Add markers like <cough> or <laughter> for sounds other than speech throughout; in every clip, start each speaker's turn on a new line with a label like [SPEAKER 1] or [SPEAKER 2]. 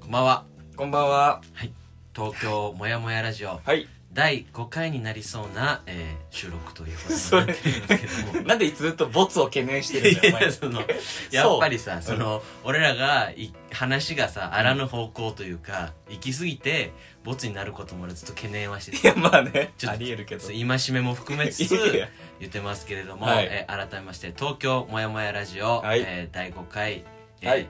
[SPEAKER 1] こんばんは
[SPEAKER 2] こんばんは。
[SPEAKER 1] はい東京もやもやラジオ
[SPEAKER 2] はい。
[SPEAKER 1] 第5回になりそうな、えー収録ということに
[SPEAKER 2] そ
[SPEAKER 1] なっ
[SPEAKER 2] れ
[SPEAKER 1] てるんですけども
[SPEAKER 2] なんでずっとボツを懸念してるん
[SPEAKER 1] い
[SPEAKER 2] だよ、
[SPEAKER 1] や
[SPEAKER 2] お
[SPEAKER 1] いや
[SPEAKER 2] 前。
[SPEAKER 1] その
[SPEAKER 2] う
[SPEAKER 1] やっぱりさその俺らがい話がさあらぬ方向というか行き過ぎてボツになることも俺ずっと懸念はして
[SPEAKER 2] い
[SPEAKER 1] て
[SPEAKER 2] や、まあね
[SPEAKER 1] ち。ょっと
[SPEAKER 2] ありえるけど。
[SPEAKER 1] 戒めも含めつつ
[SPEAKER 2] いやいや
[SPEAKER 1] 言ってますけれども、
[SPEAKER 2] はい
[SPEAKER 1] えー改めまして東京もやもやラジオ、
[SPEAKER 2] はい
[SPEAKER 1] えー第5回、えー
[SPEAKER 2] はい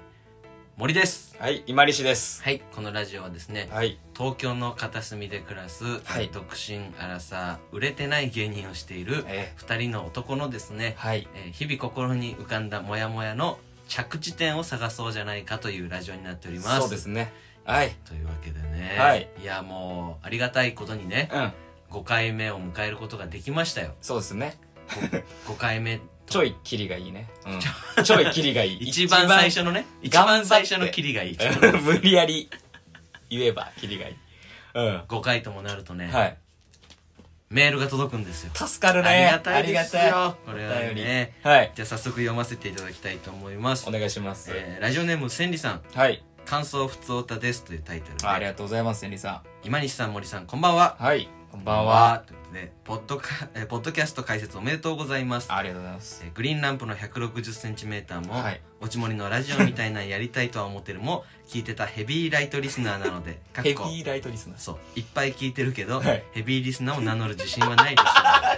[SPEAKER 1] 森です
[SPEAKER 2] はい、今里氏です。
[SPEAKER 1] はいこのラジオはですね
[SPEAKER 2] はい。
[SPEAKER 1] 東京の片隅で暮らす、
[SPEAKER 2] はい
[SPEAKER 1] 独身荒さ売れてない芸人をしている
[SPEAKER 2] え
[SPEAKER 1] 2人の男のですね、
[SPEAKER 2] はい。
[SPEAKER 1] えー日々心に浮かんだモヤモヤの着地点を探そうじゃないかというラジオになっております
[SPEAKER 2] そうですね。はい。
[SPEAKER 1] というわけでね、
[SPEAKER 2] はい、
[SPEAKER 1] やもうありがたいことにね
[SPEAKER 2] うん。
[SPEAKER 1] 5回目を迎えることができましたよ
[SPEAKER 2] そうですね。
[SPEAKER 1] 5回目
[SPEAKER 2] ちょいキリがいいね。うん。ちょいキリがいい。
[SPEAKER 1] <laughs> 一番最初のね一番最初のキリがいい
[SPEAKER 2] 一番。無理やり言えばキリがいい。うん。
[SPEAKER 1] 5回ともなるとね、
[SPEAKER 2] はい。
[SPEAKER 1] メールが届くんですよ
[SPEAKER 2] 助かるね。
[SPEAKER 1] ありがたいです
[SPEAKER 2] ありが
[SPEAKER 1] よこれは
[SPEAKER 2] たい。お便
[SPEAKER 1] ね
[SPEAKER 2] り。はい。
[SPEAKER 1] じゃあ早速読ませていただきたいと思います
[SPEAKER 2] お、願いします。
[SPEAKER 1] えーラジオネーム千里さん
[SPEAKER 2] はい。
[SPEAKER 1] 「感想ふつおたです」というタイトル
[SPEAKER 2] ああり
[SPEAKER 1] で
[SPEAKER 2] がとうございます、エリさ
[SPEAKER 1] 今西さん森さんこんばんは
[SPEAKER 2] ん。はい。こん
[SPEAKER 1] こ
[SPEAKER 2] ばんは。
[SPEAKER 1] ということでポッドカえーポッドキャスト解説おめでとうございます
[SPEAKER 2] ありがとうございます。
[SPEAKER 1] えーグリーンランプの 160cm も、
[SPEAKER 2] はい
[SPEAKER 1] 落ち盛りのラジオみたいなのやりたいとは思ってる
[SPEAKER 2] <laughs>
[SPEAKER 1] も聞いてたヘビーライトリスナーなのでかっ
[SPEAKER 2] ヘビ
[SPEAKER 1] こ
[SPEAKER 2] ーライトリスナー。
[SPEAKER 1] そういっぱい聞いてるけど、
[SPEAKER 2] はい
[SPEAKER 1] ヘビーリスナーを名乗る自信はないで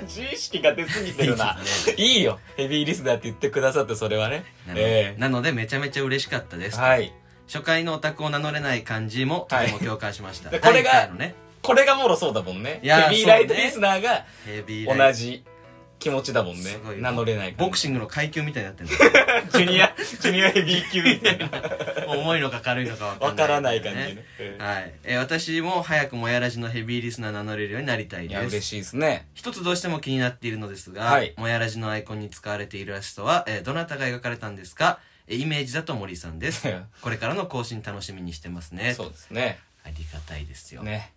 [SPEAKER 1] す
[SPEAKER 2] 自意識が出すぎてるな
[SPEAKER 1] で。すね
[SPEAKER 2] <laughs> いいよ。ヘビーリスナーって言ってくださって、それはね。
[SPEAKER 1] なので
[SPEAKER 2] <laughs> え
[SPEAKER 1] なのでめちゃめちゃ嬉しかったで
[SPEAKER 2] え
[SPEAKER 1] す、
[SPEAKER 2] はい。
[SPEAKER 1] 初回のオタクを名乗れない感じもとても共感しました、
[SPEAKER 2] はいでこれが
[SPEAKER 1] 第一回のね
[SPEAKER 2] これがもろそうだもんね。
[SPEAKER 1] い
[SPEAKER 2] ヘ
[SPEAKER 1] やー
[SPEAKER 2] ビーライトリスナーが
[SPEAKER 1] ヘビーライト
[SPEAKER 2] 同じ気持ちだもんね
[SPEAKER 1] すご。い
[SPEAKER 2] 名乗れないから。
[SPEAKER 1] ボクシングの階級みたいにな
[SPEAKER 2] <laughs>
[SPEAKER 1] ってる
[SPEAKER 2] ジ
[SPEAKER 1] <laughs>
[SPEAKER 2] ュニア、ジュニアヘビー級みたいな。
[SPEAKER 1] の重いのか軽いのか
[SPEAKER 2] わ
[SPEAKER 1] 分
[SPEAKER 2] か
[SPEAKER 1] からら
[SPEAKER 2] な
[SPEAKER 1] ないい
[SPEAKER 2] 感じ
[SPEAKER 1] ね
[SPEAKER 2] ね。ええ
[SPEAKER 1] はい、えー私も早くもやらじのヘビーリスナー名乗れるようになりたい
[SPEAKER 2] いや、
[SPEAKER 1] で
[SPEAKER 2] 嬉
[SPEAKER 1] す
[SPEAKER 2] しいですね。
[SPEAKER 1] 一つどうしても気になっているのですが、
[SPEAKER 2] はい
[SPEAKER 1] もやらじのアイコンに使われているイラストは、えーどなたが描かれたんですか、えーイメージだと森さんですこれからの更新楽しみにしてますね
[SPEAKER 2] そうですね。
[SPEAKER 1] ありがたいですよ、
[SPEAKER 2] ね。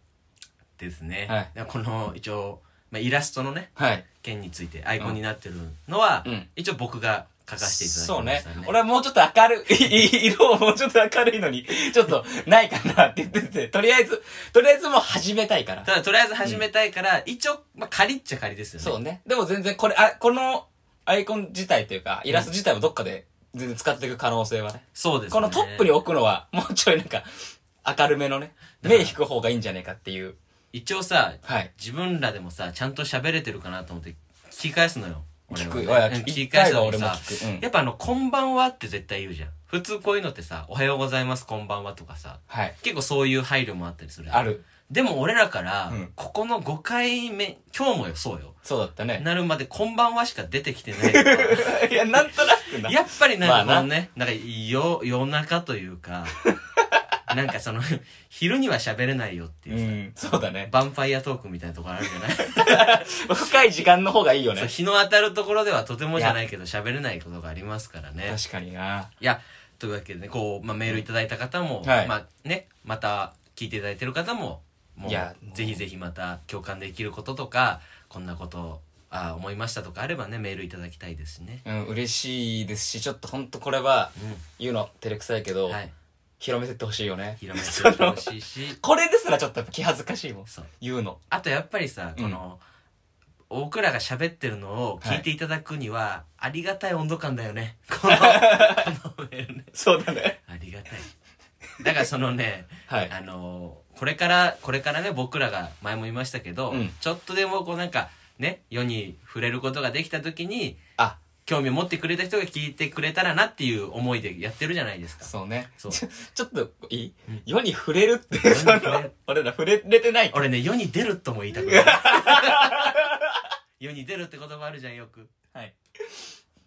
[SPEAKER 1] ですね、
[SPEAKER 2] はい
[SPEAKER 1] でこの一応、まあ、イラストのね
[SPEAKER 2] はい。
[SPEAKER 1] 件についてアイコンになってるのは、
[SPEAKER 2] うん
[SPEAKER 1] 一応僕が書かせていただきましたね
[SPEAKER 2] そうね。俺はもうちょっと明るい、 <laughs> いい色をもうちょっと明るいのに、ちょっとないかなって言ってて、とりあえず、とりあえずもう始めたいから。
[SPEAKER 1] ただとりあえず始めたいから、一応、まあ、仮っちゃ仮ですよね
[SPEAKER 2] そうね。でも全然これ、あ、このアイコン自体というか、イラスト自体もどっかで全然使っていく可能性はね。
[SPEAKER 1] そうですね
[SPEAKER 2] このトップに置くのは、もうちょいなんか、明るめのね、目引く方がいいんじゃねえかっていう。
[SPEAKER 1] 一応さ
[SPEAKER 2] はい。
[SPEAKER 1] 自分らでもさちゃんと喋れてるかなと思って聞き返すのよ俺
[SPEAKER 2] 聞
[SPEAKER 1] は
[SPEAKER 2] く。
[SPEAKER 1] うん
[SPEAKER 2] いや
[SPEAKER 1] 聞き
[SPEAKER 2] 一
[SPEAKER 1] 返
[SPEAKER 2] 回
[SPEAKER 1] す
[SPEAKER 2] は
[SPEAKER 1] のに
[SPEAKER 2] 俺も
[SPEAKER 1] さ
[SPEAKER 2] 聞く。うん。
[SPEAKER 1] やっぱあの「こんばんは」って絶対言うじゃん普通こういうのってさ「おはようございますこんばんは」とかさ
[SPEAKER 2] はい。
[SPEAKER 1] 結構そういう配慮もあったりするじゃん
[SPEAKER 2] ある。
[SPEAKER 1] でも俺らから、
[SPEAKER 2] うん
[SPEAKER 1] ここの5回目今日もよそうよ
[SPEAKER 2] そうだったね。
[SPEAKER 1] なるまで「こんばんは」しか出てきてないから
[SPEAKER 2] <laughs> いや、なんとなくな。
[SPEAKER 1] やっぱりなん
[SPEAKER 2] ま
[SPEAKER 1] か
[SPEAKER 2] あな
[SPEAKER 1] このね、なんかよ夜中という
[SPEAKER 2] <laughs>
[SPEAKER 1] かなんかその昼には喋れないよっていう
[SPEAKER 2] う
[SPEAKER 1] さ、
[SPEAKER 2] ん。そうだね。
[SPEAKER 1] ヴァンパイアトークみたいなとこあるじゃ
[SPEAKER 2] <laughs>
[SPEAKER 1] ない
[SPEAKER 2] 深い時間の方がいいよ
[SPEAKER 1] そう
[SPEAKER 2] ね。
[SPEAKER 1] 日の当たるところではとてもじゃないけど喋れないことがありますからね。
[SPEAKER 2] 確かにな。
[SPEAKER 1] いやというわけでねこう、まあ、メールいただいた方も、
[SPEAKER 2] はい
[SPEAKER 1] まあね、また聞いていただいてる方ももう
[SPEAKER 2] いや
[SPEAKER 1] ぜひぜひまた共感できることとかこんなことあ思いましたとかあればねメールいただきたいですしね。
[SPEAKER 2] うん、嬉しいですし、ちょっとほんとこれは、言うの照れくさいけど、
[SPEAKER 1] はい、
[SPEAKER 2] 広めてってほしいよね。
[SPEAKER 1] 広めてほしい
[SPEAKER 2] <laughs>
[SPEAKER 1] し
[SPEAKER 2] これですらちょっとやっぱ気恥ずかしいもん。
[SPEAKER 1] そう
[SPEAKER 2] 言うの。
[SPEAKER 1] あとやっぱりさこの、僕らが喋ってるのを聞いていただくには、ありがたい温度感だよ
[SPEAKER 2] <laughs>
[SPEAKER 1] ね。このこのメールね。
[SPEAKER 2] そうだね。
[SPEAKER 1] ありがたい。だからそのね、
[SPEAKER 2] はい。
[SPEAKER 1] あのーこれからこれからね僕らが前も言いましたけど、
[SPEAKER 2] うん
[SPEAKER 1] ちょっとでもこうなんかね世に触れることができた時に
[SPEAKER 2] あ、
[SPEAKER 1] 興味を持ってくれた人が聞いてくれたらなっていう思いでやってるじゃないですか
[SPEAKER 2] そうね。
[SPEAKER 1] そう
[SPEAKER 2] ちょちょっと、いい、
[SPEAKER 1] うん
[SPEAKER 2] 世に触れるって、
[SPEAKER 1] に
[SPEAKER 2] そ
[SPEAKER 1] 触れ
[SPEAKER 2] の、俺ら触れれてないから。
[SPEAKER 1] 俺ね世に出るとも言いたく
[SPEAKER 2] <laughs>
[SPEAKER 1] ない世に出るって言葉あるじゃんよく
[SPEAKER 2] はい。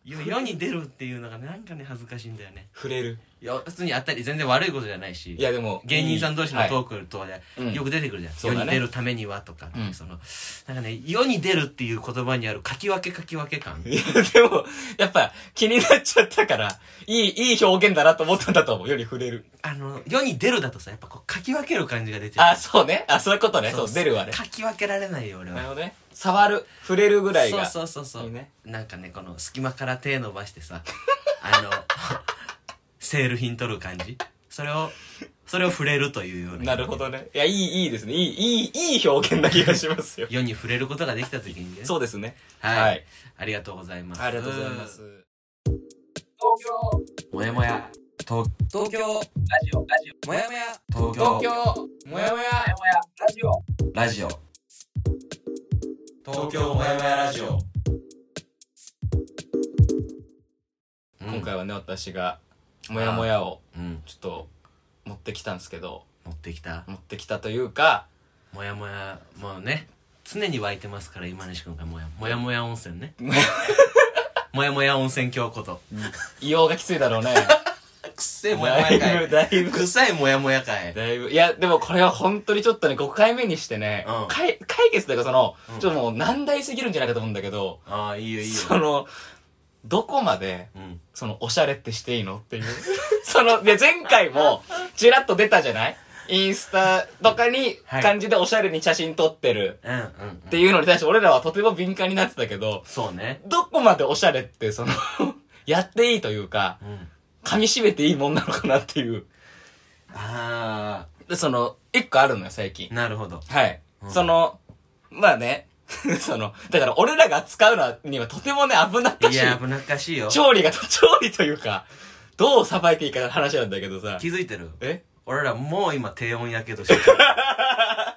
[SPEAKER 1] 世世に出るっていうのがなんかね恥ずかしいんだよね
[SPEAKER 2] 触れる。
[SPEAKER 1] いや普通にあったり全然悪いことじゃないし
[SPEAKER 2] いやでも、
[SPEAKER 1] 芸人さん同士の
[SPEAKER 2] は
[SPEAKER 1] トークとかで
[SPEAKER 2] うん
[SPEAKER 1] よく出てくるじゃん、
[SPEAKER 2] そうだ
[SPEAKER 1] 世
[SPEAKER 2] ね
[SPEAKER 1] に出るためにはとか、
[SPEAKER 2] うん
[SPEAKER 1] そのなんかね世に出るっていう言葉にある書き分け書き分け感
[SPEAKER 2] い。いや、でも、やっぱ、気になっちゃったから、いい、いい表現だなと思ったんだと思う。世に触れる。
[SPEAKER 1] あの世に出るだとさやっぱこう書き分ける感じが出てる
[SPEAKER 2] あ、そうね。あ、そういうことね。そう、出るわね。
[SPEAKER 1] 書き分けられないよ俺
[SPEAKER 2] なる
[SPEAKER 1] は
[SPEAKER 2] ほどね。触る、触れるぐらいが。
[SPEAKER 1] そうそうそうそう
[SPEAKER 2] いいね
[SPEAKER 1] なんかねこの隙間から手伸 <laughs> ばしてさあのセール品取る感じそれをそそれを触れるというような。
[SPEAKER 2] なるほどね。いや、いい、いいですね。いい、いい、いい表現な気がしますよ
[SPEAKER 1] 世に触れることができた時にね
[SPEAKER 2] <laughs> そうですね。
[SPEAKER 1] はい、
[SPEAKER 2] はい
[SPEAKER 1] ありがとうございます
[SPEAKER 2] ありがとうございます。
[SPEAKER 1] もやもや
[SPEAKER 2] 東東京ラジオラジオもやもや
[SPEAKER 1] 東
[SPEAKER 2] 東京もやもやもやもやラジオ
[SPEAKER 1] ラジオ
[SPEAKER 2] 東京もやもやラジオ今回はね私がもやもやを
[SPEAKER 1] うん、うん
[SPEAKER 2] ちょっと持ってきたんですけど
[SPEAKER 1] 持ってきた
[SPEAKER 2] 持ってきたというか
[SPEAKER 1] もやもやもうね常に湧いてますから今西君がもやもやもや温泉
[SPEAKER 2] <laughs>
[SPEAKER 1] ねもやもや温泉郷こと
[SPEAKER 2] 硫黄がきついだろ
[SPEAKER 1] <laughs>
[SPEAKER 2] うね
[SPEAKER 1] くせえもやも
[SPEAKER 2] だ
[SPEAKER 1] や
[SPEAKER 2] いぶ
[SPEAKER 1] 会
[SPEAKER 2] だいぶ
[SPEAKER 1] 臭いもやもや会
[SPEAKER 2] だいぶいやでもこれは本当にちょっとね5回目にしてね、
[SPEAKER 1] うん
[SPEAKER 2] かい解決というかその、
[SPEAKER 1] うん
[SPEAKER 2] ちょっともう難題すぎるんじゃないかと思うんだけど
[SPEAKER 1] ああいいよいいよ
[SPEAKER 2] そのどこまで
[SPEAKER 1] うん
[SPEAKER 2] その、おしゃれってしていいのっていう。 <laughs> その、で、前回も、ちらっと出たじゃないインスタとかに、
[SPEAKER 1] はい
[SPEAKER 2] 感じでおしゃれに写真撮ってる
[SPEAKER 1] うんうんうん
[SPEAKER 2] っていうのに対して、俺らはとても敏感になってたけど、
[SPEAKER 1] そうね
[SPEAKER 2] どこまでおしゃれって、その、 <laughs> やっていいというか、
[SPEAKER 1] うん
[SPEAKER 2] 噛み締めていいもんなのかなっていう。
[SPEAKER 1] あ
[SPEAKER 2] で、その、一個あるのよ、最近
[SPEAKER 1] あ。なるほど
[SPEAKER 2] はい。
[SPEAKER 1] うん
[SPEAKER 2] その、まあね、 <laughs> その、だから俺らが使うのにはとてもね、危なっか
[SPEAKER 1] い
[SPEAKER 2] しい。
[SPEAKER 1] や危なっかしいよ
[SPEAKER 2] 調理が、調理というか、どうさばいていいかの話なんだけどさ。
[SPEAKER 1] 気づいてる
[SPEAKER 2] え <laughs>
[SPEAKER 1] 俺らもう今低温やけどしてる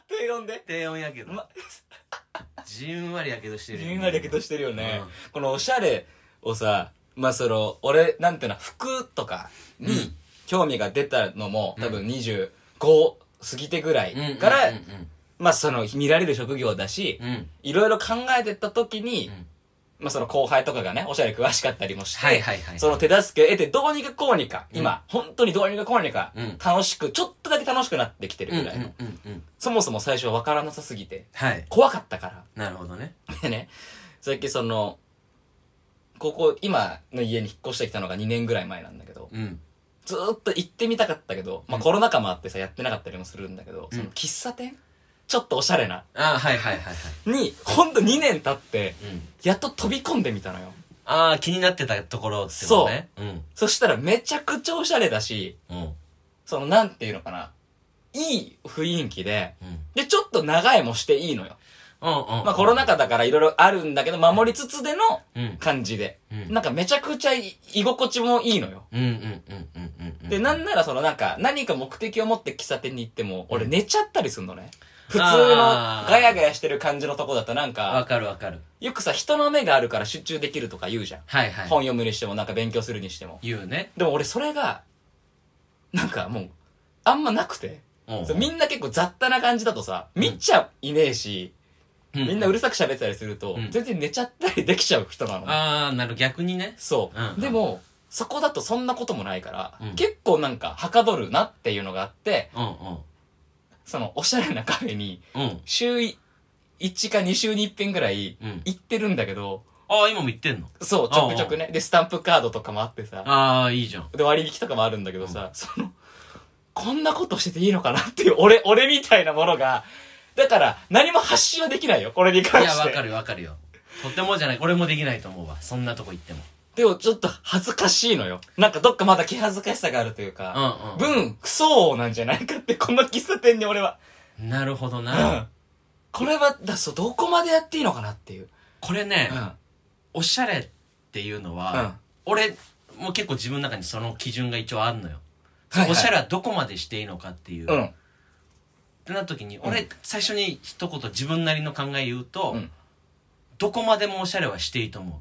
[SPEAKER 2] 低温で
[SPEAKER 1] 低温やけど、
[SPEAKER 2] ま
[SPEAKER 1] <laughs> じんわりやけどしてるよ
[SPEAKER 2] じんわりやけどしてるよね、
[SPEAKER 1] うん
[SPEAKER 2] このおしゃれをさまあその俺なんていうの服とかに興味が出たのも、多分25過ぎてぐら
[SPEAKER 1] うんうんうんう
[SPEAKER 2] い
[SPEAKER 1] ん
[SPEAKER 2] から、まあその見られる職業だし、
[SPEAKER 1] うん
[SPEAKER 2] いろいろ考えてった時に、
[SPEAKER 1] うん
[SPEAKER 2] まあその後輩とかがね、おしゃれ詳しかったりもして、
[SPEAKER 1] はいはいはい
[SPEAKER 2] その手助けを得てどうにかこうにか、今、本当にどうにかこうにか
[SPEAKER 1] うん、
[SPEAKER 2] 楽しく、ちょっとだけ楽しくなってきてる
[SPEAKER 1] うんう
[SPEAKER 2] ぐ
[SPEAKER 1] ん
[SPEAKER 2] らいの。
[SPEAKER 1] うんうん
[SPEAKER 2] そもそも最初は分からなさすぎて、
[SPEAKER 1] はい
[SPEAKER 2] 怖かったから。
[SPEAKER 1] なるほどね
[SPEAKER 2] でね、最近その、ここ、今の家に引っ越してきたのが2年ぐらい前なんだけど、
[SPEAKER 1] うん
[SPEAKER 2] ずーっと行ってみたかったけど、まあコロナ禍もあってさ、やってなかったりもするんだけど、その喫茶店ちょっとおしゃれな。
[SPEAKER 1] ああはいはいはいはい
[SPEAKER 2] に、ほんと2年経って、
[SPEAKER 1] うん
[SPEAKER 2] やっと飛び込んでみたのよ。
[SPEAKER 1] ああ気になってたところってことねうん
[SPEAKER 2] そしたらめちゃくちゃおしゃれだし、
[SPEAKER 1] うん
[SPEAKER 2] そのなんていうのかな、いい雰囲気で、
[SPEAKER 1] うんうん
[SPEAKER 2] で、ちょっと長いもしていいのよ。
[SPEAKER 1] うん
[SPEAKER 2] まあコロナ禍だからいろいろあるんだけど、守りつつでの
[SPEAKER 1] うん
[SPEAKER 2] 感じで。
[SPEAKER 1] うん
[SPEAKER 2] なんかめちゃくちゃい居心地もいいのよ。
[SPEAKER 1] うんうんうんうんうんうん
[SPEAKER 2] で、なんならそのなんか、何か目的を持って喫茶店に行っても、俺寝ちゃったりすんのね。普通の
[SPEAKER 1] あー
[SPEAKER 2] ガヤガヤしてる感じのとこだとなん
[SPEAKER 1] わ
[SPEAKER 2] か、
[SPEAKER 1] かるわかる
[SPEAKER 2] よくさ、人の目があるから集中できるとか言うじゃん。
[SPEAKER 1] はいはい
[SPEAKER 2] 本読むにしてもなんか勉強するにしても。
[SPEAKER 1] 言うね
[SPEAKER 2] でも俺それが、なんかもう、あんまなくて。
[SPEAKER 1] うん
[SPEAKER 2] そうみんな結構雑多な感じだとさ、見ちゃいねえし、
[SPEAKER 1] う
[SPEAKER 2] みんなうるさく喋ってたりすると、
[SPEAKER 1] うん
[SPEAKER 2] 全然寝ちゃったりできちゃう人なのね。
[SPEAKER 1] ああなる逆にね
[SPEAKER 2] そう、
[SPEAKER 1] うん
[SPEAKER 2] でもそこだとそんなこともないから、
[SPEAKER 1] うん
[SPEAKER 2] 結構なんかはかどるなっていうのがあって
[SPEAKER 1] うん
[SPEAKER 2] そのおしゃれなカフェに
[SPEAKER 1] うんうん
[SPEAKER 2] 週1か2週に1遍ぐらい
[SPEAKER 1] うん
[SPEAKER 2] 行ってるんだけど、
[SPEAKER 1] ああ今も言ってんの
[SPEAKER 2] そうちょくちょくねでスタンプカードとかもあってさ
[SPEAKER 1] ああいいじゃん
[SPEAKER 2] で割引とかもあるんだけどさ、そのこんなことしてていいのかなっていう俺俺みたいなものがだから何も発信はできないよこれに
[SPEAKER 1] い
[SPEAKER 2] 関
[SPEAKER 1] や
[SPEAKER 2] し
[SPEAKER 1] わ
[SPEAKER 2] て
[SPEAKER 1] かるよわかるよとてもじゃない俺もできないと思うわそんなとこ行っても
[SPEAKER 2] でもちょっと恥ずかしいのよなんかどっかまだ気恥ずかしさがあるというか、
[SPEAKER 1] うんうん
[SPEAKER 2] 分、クソなんじゃないかって、この喫茶店に俺は。
[SPEAKER 1] なるほど
[SPEAKER 2] う
[SPEAKER 1] な、
[SPEAKER 2] ん。これは、だ、そう、どこまでやっていいのかなっていう。
[SPEAKER 1] これね、
[SPEAKER 2] うん。うん。
[SPEAKER 1] おしゃれっていうのは、
[SPEAKER 2] は
[SPEAKER 1] 俺も結構自分の中にその基準が一応あるのよ、
[SPEAKER 2] いはい
[SPEAKER 1] おしゃれはどこまでしていいのかっていう、
[SPEAKER 2] う
[SPEAKER 1] っ
[SPEAKER 2] ん。
[SPEAKER 1] てなった時に
[SPEAKER 2] ん
[SPEAKER 1] 俺最初に一言自分なりの考え言うと、
[SPEAKER 2] うん
[SPEAKER 1] どこまでもおしゃれはしていいと思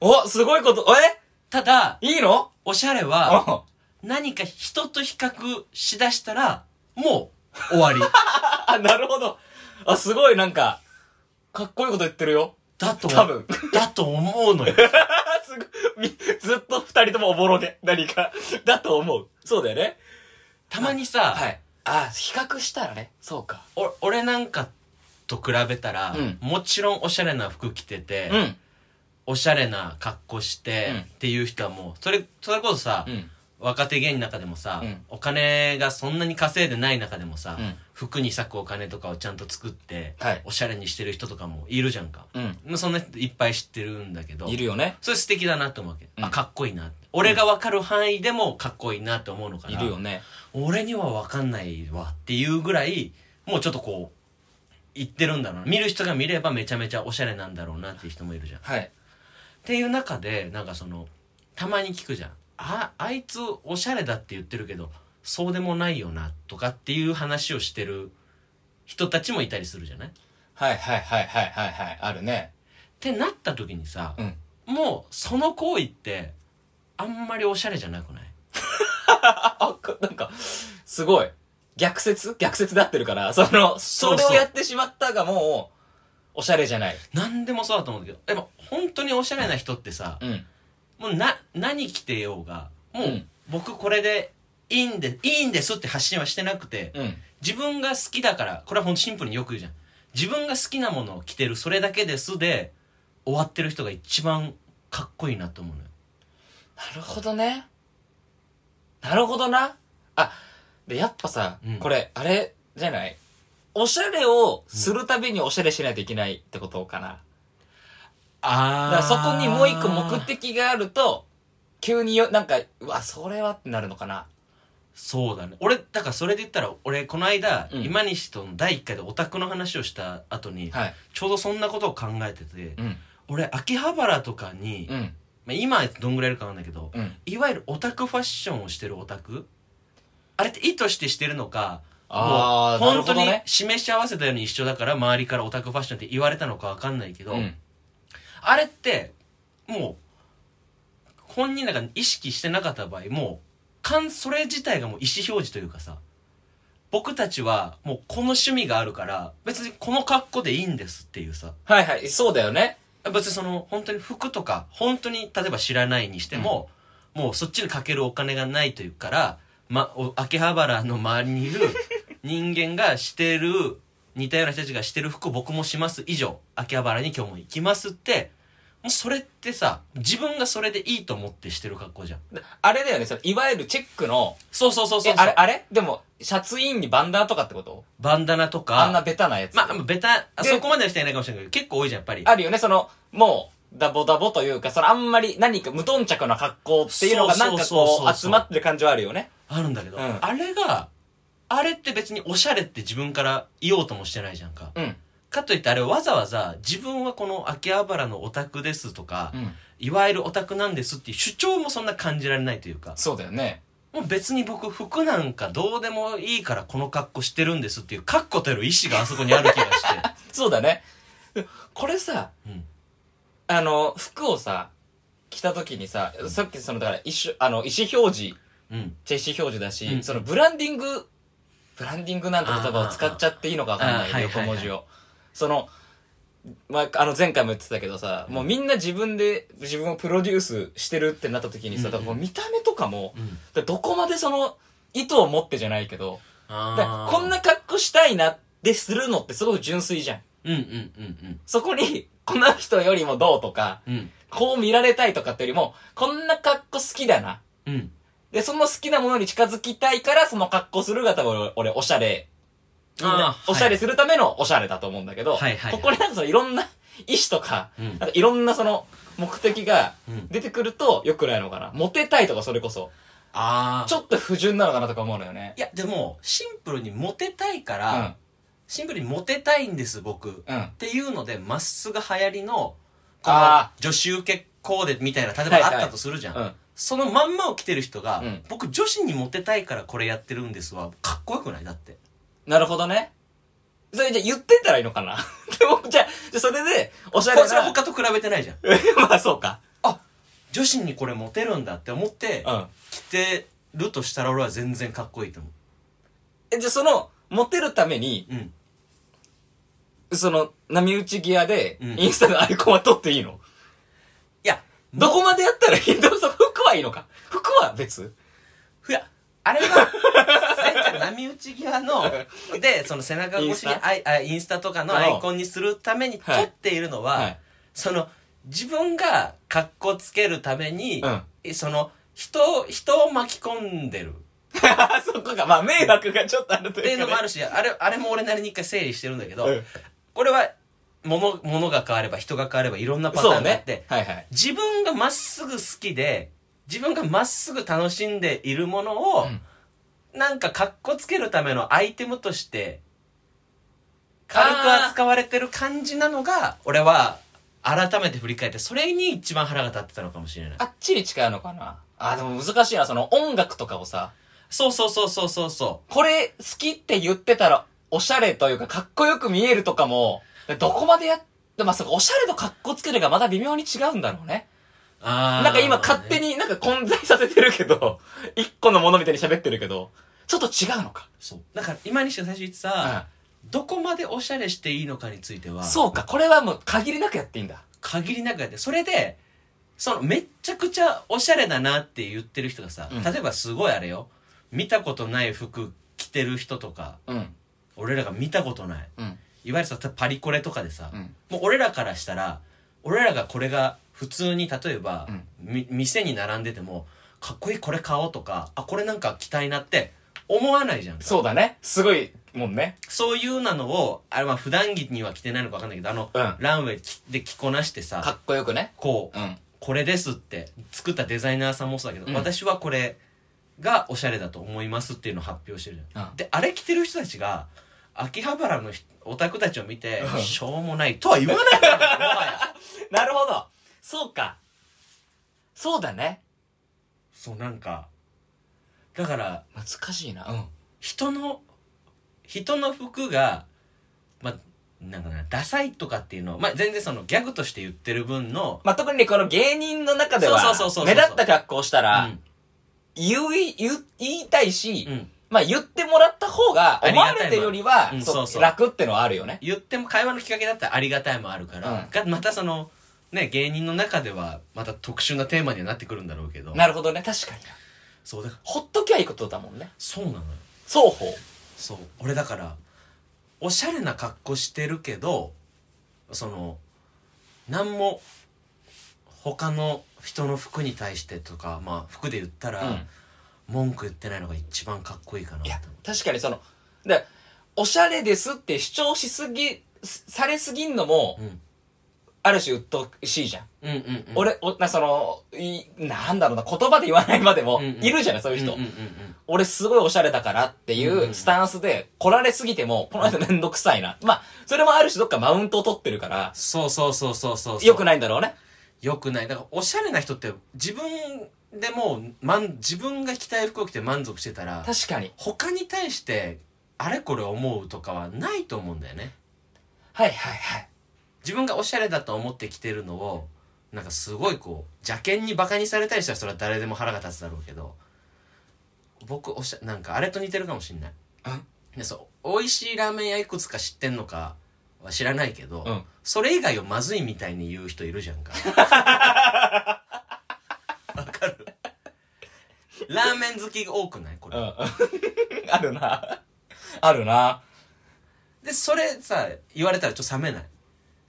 [SPEAKER 1] う
[SPEAKER 2] お、すごいこと、え
[SPEAKER 1] ただ
[SPEAKER 2] いいの
[SPEAKER 1] おしゃれ
[SPEAKER 2] う
[SPEAKER 1] は
[SPEAKER 2] ん。
[SPEAKER 1] 何か人と比較しだしたらもう終わ
[SPEAKER 2] <laughs>
[SPEAKER 1] り
[SPEAKER 2] あ、なるほど。あ、すごい、なんか、かっこいいこと言ってるよ。
[SPEAKER 1] だと
[SPEAKER 2] 多分。 <laughs>
[SPEAKER 1] だと思うのよ
[SPEAKER 2] あ、すごい。みずっと二人ともおぼろげ。何か。だと思う。そうだよね。
[SPEAKER 1] たまに
[SPEAKER 2] <laughs>
[SPEAKER 1] さ、
[SPEAKER 2] い。あ、比較したらね。そうか。
[SPEAKER 1] お俺なんかと比べたら、
[SPEAKER 2] うん
[SPEAKER 1] もちろんおしゃれな服着てて、
[SPEAKER 2] うん。
[SPEAKER 1] おしゃれな格好して、
[SPEAKER 2] うん
[SPEAKER 1] っていう人はもうそれそれこそさ、
[SPEAKER 2] うん。
[SPEAKER 1] 若手芸人の中でもさ、
[SPEAKER 2] うん
[SPEAKER 1] お金がそんなに稼いでない中でもさ、
[SPEAKER 2] うん
[SPEAKER 1] 服に割くお金とかをちゃんと作って、
[SPEAKER 2] はい
[SPEAKER 1] おしゃれにしてる人とかもいるじゃんか、
[SPEAKER 2] うん。
[SPEAKER 1] そんな人いっぱい知ってるんだけど
[SPEAKER 2] いるよね。
[SPEAKER 1] それ素敵だなって思うわけ、
[SPEAKER 2] うん
[SPEAKER 1] あかっこいいなって俺が分かる範囲でもかっこいいなって思うのかない
[SPEAKER 2] るよね
[SPEAKER 1] 俺には分かんないわっていうぐらいもうちょっとこう言ってるんだろうな見る人が見ればめちゃめちゃおしゃれなんだろうなっていう人もいるじゃんっ
[SPEAKER 2] はい
[SPEAKER 1] ていう中でなんかそのたまに聞くじゃんああいつおしゃれだって言ってるけどそうでもないよなとかっていう話をしてる人たちもいたりするじゃないっ
[SPEAKER 2] はいはいはいはいはいはいあるね
[SPEAKER 1] てなった時にさ、
[SPEAKER 2] うん
[SPEAKER 1] もうその行為ってあんまりおしゃれじゃなくない
[SPEAKER 2] ああかなんかすごい逆説逆説で合ってるからその
[SPEAKER 1] そ
[SPEAKER 2] そう
[SPEAKER 1] そう
[SPEAKER 2] れをやってしまったがもうおしゃれじゃない
[SPEAKER 1] 何でもそうだと思うんだけどでも本当におしゃれな人ってさ
[SPEAKER 2] うん
[SPEAKER 1] もうな何着てようがも
[SPEAKER 2] う
[SPEAKER 1] うん僕これでいいんでいいんですって発信はしてなくて
[SPEAKER 2] うん
[SPEAKER 1] 自分が好きだからこれはほんとシンプルによく言うじゃん自分が好きなものを着てるそれだけですで終わってる人が一番かっこいいなと思うのよ
[SPEAKER 2] なるほどね。なるほどな。あ、で、やっぱさ、
[SPEAKER 1] うん
[SPEAKER 2] これ、あれ、じゃないおしゃれをするたびにおしゃれしないといけないってことかな。だか
[SPEAKER 1] あ
[SPEAKER 2] らそこにもう一個目的があると、急によ、なんか、うわ、それはってなるのかな。
[SPEAKER 1] そうだね俺だからそれで言ったら俺この間、
[SPEAKER 2] うん
[SPEAKER 1] 今西との第1回でオタクの話をした後に、
[SPEAKER 2] はい。
[SPEAKER 1] ちょうどそんなことを考えてて、
[SPEAKER 2] うん。
[SPEAKER 1] 俺秋葉原とかに、
[SPEAKER 2] うん。
[SPEAKER 1] まあ、今どんぐらいいるかわかんないけど
[SPEAKER 2] うん。
[SPEAKER 1] いわゆるオタクファッションをしてるオタクあれって意図してしてるのか
[SPEAKER 2] あー
[SPEAKER 1] もう本当に
[SPEAKER 2] なるほどね
[SPEAKER 1] 示し合わせたように一緒だから周りからオタクファッションって言われたのかわかんないけど、
[SPEAKER 2] うん。
[SPEAKER 1] あれってもう本人なんか意識してなかった場合もうかんそれ自体がもう意思表示というかさ僕たちはもうこの趣味があるから別にこの格好でいいんですっていうさ
[SPEAKER 2] はいはい、そうだよね。
[SPEAKER 1] 別にその本当に服とか本当に例えば知らないにしても、もうそっちにかけるお金がないというから、ま、お秋葉原の周り <laughs> にいる人間がしてる似たような人たちがしてる服を僕もします以上秋葉原に今日も行きますってもうそれってさ自分がそれでいいと思ってしてる格好じゃん
[SPEAKER 2] あれだよね、そのいわゆるチェックの、
[SPEAKER 1] そうそうそうそ
[SPEAKER 2] え、
[SPEAKER 1] うそ
[SPEAKER 2] あれ、
[SPEAKER 1] う
[SPEAKER 2] あれでも、シャツインにバンダーとかってこと
[SPEAKER 1] バンダナとか
[SPEAKER 2] あんなベタなやつ。
[SPEAKER 1] まあベタあ
[SPEAKER 2] で
[SPEAKER 1] そこまでの人はいないかもしれないけど結構多いじゃんやっぱり
[SPEAKER 2] あるよね、その、もう、ダボダボというか、そのあんまり何か無頓着な格好っていうのが
[SPEAKER 1] そうそ
[SPEAKER 2] なん
[SPEAKER 1] う
[SPEAKER 2] か
[SPEAKER 1] そうそう
[SPEAKER 2] こう集まってる感じはあるよね。
[SPEAKER 1] あるんだけど、
[SPEAKER 2] うん
[SPEAKER 1] あれがあれって別におしゃれって自分から言おうともしてないじゃんか、
[SPEAKER 2] うん。
[SPEAKER 1] かといってあれわざわざ自分はこの秋葉原のオタクですとか、
[SPEAKER 2] うん。
[SPEAKER 1] いわゆるオタクなんですっていう主張もそんな感じられないというか
[SPEAKER 2] そうだよね。
[SPEAKER 1] もう別に僕服なんかどうでもいいからこの格好してるんですっていう確固たる意思があそこにある気が <laughs> して、
[SPEAKER 2] そうだね。これさ、
[SPEAKER 1] うん、
[SPEAKER 2] あの、服をさ、着た時にさ、さっきその、だから、一種、あの、意思表示、
[SPEAKER 1] うん
[SPEAKER 2] じゃ意思表示だし、
[SPEAKER 1] うん
[SPEAKER 2] そのブランディング、ブランディングなんて言葉を使っちゃっていいのかわかん
[SPEAKER 1] あーあ
[SPEAKER 2] な
[SPEAKER 1] ー
[SPEAKER 2] い
[SPEAKER 1] あー
[SPEAKER 2] け
[SPEAKER 1] はい
[SPEAKER 2] ど、
[SPEAKER 1] はいはい
[SPEAKER 2] 横文字を。その、まあ、あの前回も言ってたけどさ、もうみんな自分で自分をプロデュースしてるってなった時に
[SPEAKER 1] う
[SPEAKER 2] さ、
[SPEAKER 1] ん
[SPEAKER 2] だからもう見た目とかも、
[SPEAKER 1] うん
[SPEAKER 2] だからどこまでその意図を持ってじゃないけど、だから
[SPEAKER 1] あー
[SPEAKER 2] こんな格好したいなってするのってすごく純粋じゃん。
[SPEAKER 1] うんうんうん
[SPEAKER 2] そこに、この人よりもどうとか、
[SPEAKER 1] うんうん
[SPEAKER 2] こう見られたいとかってよりも、こんな格好好きだな。
[SPEAKER 1] うん
[SPEAKER 2] で、その好きなものに近づきたいから、その格好するが多分俺、おしゃれ。
[SPEAKER 1] あー
[SPEAKER 2] おしゃれするためのおしゃれだと思うんだけど、
[SPEAKER 1] はいはいはい
[SPEAKER 2] ここになんかそのいろんな <laughs> 意思とか、
[SPEAKER 1] うん
[SPEAKER 2] なんかいろんなその目的が
[SPEAKER 1] うん
[SPEAKER 2] 出てくると良くないのかな。モテたいとかそれこそ。
[SPEAKER 1] あー
[SPEAKER 2] ちょっと不純なのかなとか思うのよね
[SPEAKER 1] い。やでもシンプルにモテたいから、シンプルにモテたいんです僕
[SPEAKER 2] うん。うん
[SPEAKER 1] っ。ていうのでまっすぐ流行りのこの
[SPEAKER 2] あ
[SPEAKER 1] 女子受けコーデみたいな例え
[SPEAKER 2] はい
[SPEAKER 1] ば
[SPEAKER 2] はい
[SPEAKER 1] あったとするじゃん、
[SPEAKER 2] うん。
[SPEAKER 1] そのまんまを着てる人が、
[SPEAKER 2] うん
[SPEAKER 1] 僕女子にモテたいからこれやってるんですわかっこよくないだって
[SPEAKER 2] なるほどね。それじゃあ言ってたらいいのかな <laughs> でも、じゃあ、じゃあそれで、おしゃれ
[SPEAKER 1] こ
[SPEAKER 2] な。
[SPEAKER 1] れそれ他と比べてないじゃん
[SPEAKER 2] <laughs> まあそうか。
[SPEAKER 1] 女子にこれモテるんだって思って
[SPEAKER 2] うん。
[SPEAKER 1] 着てるとしたら俺は全然かっこいいと思
[SPEAKER 2] え、じゃあその、モテるために、
[SPEAKER 1] ううん
[SPEAKER 2] その、波打ち際で、
[SPEAKER 1] うん
[SPEAKER 2] インスタのアイコンは撮っていいの、
[SPEAKER 1] いや
[SPEAKER 2] どこまでやったらいいのその服はいいのか服は別
[SPEAKER 1] いやあれは前回波打ち際のでその背中越しに
[SPEAKER 2] インスタ
[SPEAKER 1] アイあインスタとかのアイコンにするために撮っているのは、
[SPEAKER 2] はい。
[SPEAKER 1] その自分が格好つけるために
[SPEAKER 2] う、ん。
[SPEAKER 1] その人を人を巻き込んでるっ
[SPEAKER 2] <laughs> そこが、まあ迷惑がちょっとあると
[SPEAKER 1] てい
[SPEAKER 2] いううか、
[SPEAKER 1] の
[SPEAKER 2] ね。
[SPEAKER 1] もあるしあれあれも俺なりに一回整理してるんだけど、
[SPEAKER 2] うん
[SPEAKER 1] これは物物が変われば人が変わればいろんなパタ
[SPEAKER 2] そ
[SPEAKER 1] ー
[SPEAKER 2] う
[SPEAKER 1] ンがあっ
[SPEAKER 2] ね
[SPEAKER 1] て、。
[SPEAKER 2] はいはい。
[SPEAKER 1] 自分がまっすぐ好きで自分がまっすぐ楽しんでいるものを、なんかかっこつけるためのアイテムとして軽く扱われてる感じなのが俺は改めて振り返ってそれに一番腹が立ってたのかもしれない
[SPEAKER 2] あっちに近いのかなあ、でも難しいな。その音楽とかをさ、
[SPEAKER 1] そうそうそうそうそうそ
[SPEAKER 2] これ好きって言ってたら、おしゃれというか、かっこよく見えるとかも、どこまでやっ、まあ、そこ、おしゃれとかっこつけるがまた微妙に違うんだろうね。
[SPEAKER 1] うあー
[SPEAKER 2] なんか今勝手になんか混在させてるけど、一個のものみたいに喋ってるけど、ちょっと違うのか。
[SPEAKER 1] そうだから今西が最初言ってた、どこまでおしゃれしていいのかについては
[SPEAKER 2] そうか、これはもう限りなくやっていいんだ。
[SPEAKER 1] 限りなくやってそれでそのめっちゃくちゃおしゃれだなって言ってる人がさ、
[SPEAKER 2] うん
[SPEAKER 1] 例えばすごいあれよ見たことない服着てる人とか
[SPEAKER 2] うん。
[SPEAKER 1] 俺らが見たことない
[SPEAKER 2] うん。
[SPEAKER 1] いわゆるさパリコレとかでさ、
[SPEAKER 2] うん
[SPEAKER 1] もう俺らからしたら俺らがこれが普通に例えば、
[SPEAKER 2] うん
[SPEAKER 1] み店に並んでてもかっこいいこれ買おうとかあこれなんか着たいなって思わないじゃんか
[SPEAKER 2] そうだね。すごいもんね。
[SPEAKER 1] そういうなのをあれまあ普段着には着てないのか分かんないけどあの、
[SPEAKER 2] うん
[SPEAKER 1] ランウェイ着で着こなして
[SPEAKER 2] か
[SPEAKER 1] さ
[SPEAKER 2] っこよくね。
[SPEAKER 1] こう
[SPEAKER 2] うん。
[SPEAKER 1] これですって作ったデザイナーさんもそうだけど、
[SPEAKER 2] うん
[SPEAKER 1] 私はこれがおしゃれだと思いますっていうのを発表してるじゃん、
[SPEAKER 2] うん
[SPEAKER 1] であれ着てる人たちが秋葉原の人オタクたちを見て、
[SPEAKER 2] うん
[SPEAKER 1] しょうもないとは言わないからねもはや
[SPEAKER 2] なるほど。そうか。そうだね。
[SPEAKER 1] そうなんかだから
[SPEAKER 2] 難しいな。うん。
[SPEAKER 1] 人の人の服がまあなんかなダサいとかっていうのを、まあ、全然そのギャグとして言ってる分の、
[SPEAKER 2] まあ、特にこの芸人の中では
[SPEAKER 1] そうそうそうそう、そう
[SPEAKER 2] 目立った格好をした
[SPEAKER 1] う
[SPEAKER 2] ら、
[SPEAKER 1] ん
[SPEAKER 2] 言い、言い、言いたいし
[SPEAKER 1] う、ん
[SPEAKER 2] まあ、言ってもらった方が、
[SPEAKER 1] あり
[SPEAKER 2] 思
[SPEAKER 1] がたい
[SPEAKER 2] わ
[SPEAKER 1] もん
[SPEAKER 2] れてるよりは
[SPEAKER 1] うん、
[SPEAKER 2] そう
[SPEAKER 1] そうそう
[SPEAKER 2] 楽ってのはあるよね。
[SPEAKER 1] 言っても会話のきっかけだったらありがたいもあるから、
[SPEAKER 2] うん
[SPEAKER 1] がまたそのね芸人の中ではまた特殊なテーマにはなってくるんだろうけど
[SPEAKER 2] なるほどね。確かにな。
[SPEAKER 1] そうだから
[SPEAKER 2] ほっときゃいいことだもんね。
[SPEAKER 1] そうなのよ
[SPEAKER 2] 双方。
[SPEAKER 1] そう俺だからおしゃれな格好してるけどその何も他の人の服に対してとかまあ服で言ったら、
[SPEAKER 2] うん
[SPEAKER 1] 文句言ってないのが一番かっこいいかないと
[SPEAKER 2] や
[SPEAKER 1] 思う、
[SPEAKER 2] 確かにその、で、おしゃれですって主張しすぎ、すされすぎんのも、
[SPEAKER 1] うん
[SPEAKER 2] ある種鬱陶しいじゃん。
[SPEAKER 1] うんうんうん
[SPEAKER 2] 俺、お、な、その、い、なんだろうな、言葉で言わないまでも、
[SPEAKER 1] うんうん
[SPEAKER 2] いるじゃない、そういう人。
[SPEAKER 1] うんうんうん
[SPEAKER 2] 俺すごいおしゃれだからってい
[SPEAKER 1] んうんう
[SPEAKER 2] うんうスタンスで来られすぎても、この人めんどくさいな。まあ、それもある種どっかマウントを取ってるから、
[SPEAKER 1] そうそうそうそうそうそう
[SPEAKER 2] 良くないんだろうね。
[SPEAKER 1] よくないだからおしゃれな人って自分でもう、満自分が着たい服を着て満足してたら
[SPEAKER 2] 確かに。
[SPEAKER 1] 他に対してあれこれ思うとかはないと思うんだよね
[SPEAKER 2] はいはいはい。
[SPEAKER 1] 自分がおしゃれだと思って着てるのをなんかすごいこう邪険にバカにされたりしたらそれは誰でも腹が立つだろうけど僕おしゃなんかあれと似てるかもしんないでそう美味しいラーメン屋いくつか知ってんのかは知らないけど、
[SPEAKER 2] うん
[SPEAKER 1] それ以外をまずいみたいに言う人いるじゃん
[SPEAKER 2] <laughs>
[SPEAKER 1] かわかるラーメン好きが多くないこれ、
[SPEAKER 2] うん。 <laughs> あるな。あるな。
[SPEAKER 1] でそれさ言われたらちょっと冷めない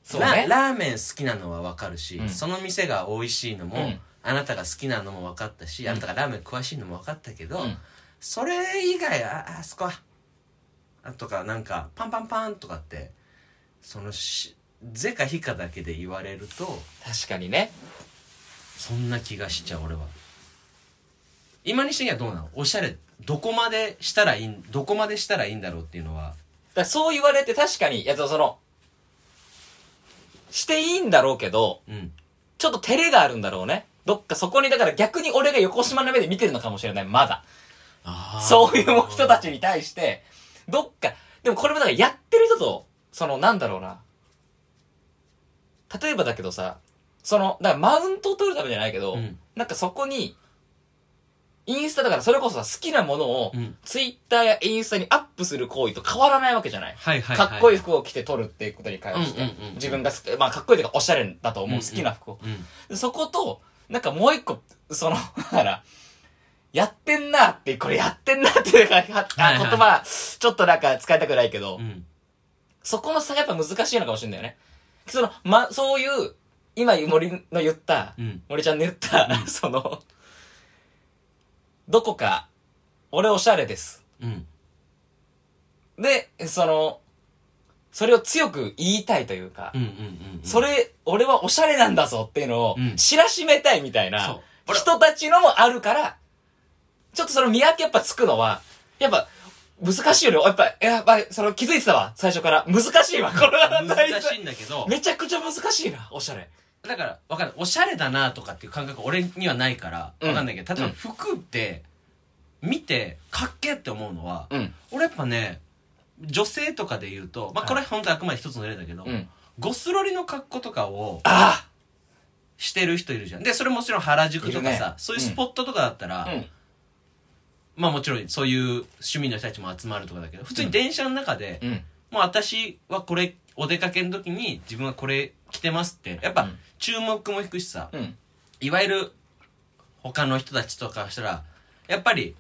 [SPEAKER 2] そうね。
[SPEAKER 1] ララーメン好きなのは分かるし、
[SPEAKER 2] うん
[SPEAKER 1] その店が美味しいのも、
[SPEAKER 2] うん
[SPEAKER 1] あなたが好きなのも分かったし、あなたがラーメン詳しいのも分かったけど、
[SPEAKER 2] うん
[SPEAKER 1] それ以外ああそこはあとかなんかパンパンパンとかってそのし是か非かだけで言われると
[SPEAKER 2] 確かにね。
[SPEAKER 1] そんな気がしちゃう俺は今にしてにはどうなのおしゃれどこまでしたらいいんどこまでしたらいいんだろうっていうのは
[SPEAKER 2] だからそう言われて確かに、いや、その、していいんだろうけど、
[SPEAKER 1] うん
[SPEAKER 2] ちょっと照れがあるんだろうね。どっかそこに、だから逆に俺が横島の目で見てるのかもしれない、まだ。そういう人たちに対して、どっか、でもこれもだからやってる人と、そのなんだろうな。例えばだけどさ、その、だからマウントを取るためじゃないけど、
[SPEAKER 1] うん
[SPEAKER 2] なんかそこに、インスタだからそれこそさ、好きなものを
[SPEAKER 1] うん、
[SPEAKER 2] ツイッターやインスタにアップする行為と変わらないわけじゃない。
[SPEAKER 1] はいはいは
[SPEAKER 2] かっこいい
[SPEAKER 1] い
[SPEAKER 2] 服を着て撮るっていうことに関して、
[SPEAKER 1] うんうんうん
[SPEAKER 2] 自分が好き、まあかっこいいというかおしゃれだと思う、
[SPEAKER 1] うんうん
[SPEAKER 2] 好きな服を。
[SPEAKER 1] うん
[SPEAKER 2] そこと、なんかもう一個、その、 <laughs> だから、やってんなって、これやってんなっていうか、は
[SPEAKER 1] はい
[SPEAKER 2] あ
[SPEAKER 1] はい
[SPEAKER 2] 言葉、ちょっとなんか使いたくないけど、
[SPEAKER 1] うん
[SPEAKER 2] そこの差がやっぱ難しいのかもしれないよね。その、ま、そういう、今森の言った、
[SPEAKER 1] うん
[SPEAKER 2] 森ちゃんの言った、 <laughs> その、どこか、俺おしゃれです。
[SPEAKER 1] うん
[SPEAKER 2] で、その、それを強く言いたいというか、
[SPEAKER 1] うんうんうんうん
[SPEAKER 2] それ、俺はおしゃれなんだぞっていうのを
[SPEAKER 1] うん、
[SPEAKER 2] 知らしめたいみたいな、
[SPEAKER 1] そうあら
[SPEAKER 2] 人たちのもあるから、ちょっとその見分けやっぱつくのは、やっぱ、難しいよね。やっぱ、やっぱ、その気づいてたわ、最初から。難しいわ、これは。
[SPEAKER 1] 難しいんだけど
[SPEAKER 2] めちゃくちゃ難しいな、おしゃれ。
[SPEAKER 1] だからわかんないおしゃれだなとかっていう感覚俺にはないから
[SPEAKER 2] うん
[SPEAKER 1] わかんないけど、例え
[SPEAKER 2] うん
[SPEAKER 1] ば服って見てかっけえって思うのは、
[SPEAKER 2] うん。
[SPEAKER 1] 俺やっぱね女性とかで言うと、まあ、これ本当あくまで一つの例だけど、
[SPEAKER 2] うん。
[SPEAKER 1] ゴスロリの格好とかを
[SPEAKER 2] あ
[SPEAKER 1] してる人いるじゃんでそれもちろん原宿とか
[SPEAKER 2] いる
[SPEAKER 1] さ、
[SPEAKER 2] ね
[SPEAKER 1] そういうスポットとかだったら、
[SPEAKER 2] あうん。
[SPEAKER 1] まあもちろんそういう趣味の人たちも集まるとかだけど普通に電車の中で、
[SPEAKER 2] うん。
[SPEAKER 1] もう私はこれお出かけの時に自分はこれ着てますってやっ
[SPEAKER 2] う
[SPEAKER 1] ぱ
[SPEAKER 2] ん
[SPEAKER 1] 注目も引くしさ、
[SPEAKER 2] うん。
[SPEAKER 1] いわゆる他の人たちとかしたらやっぱり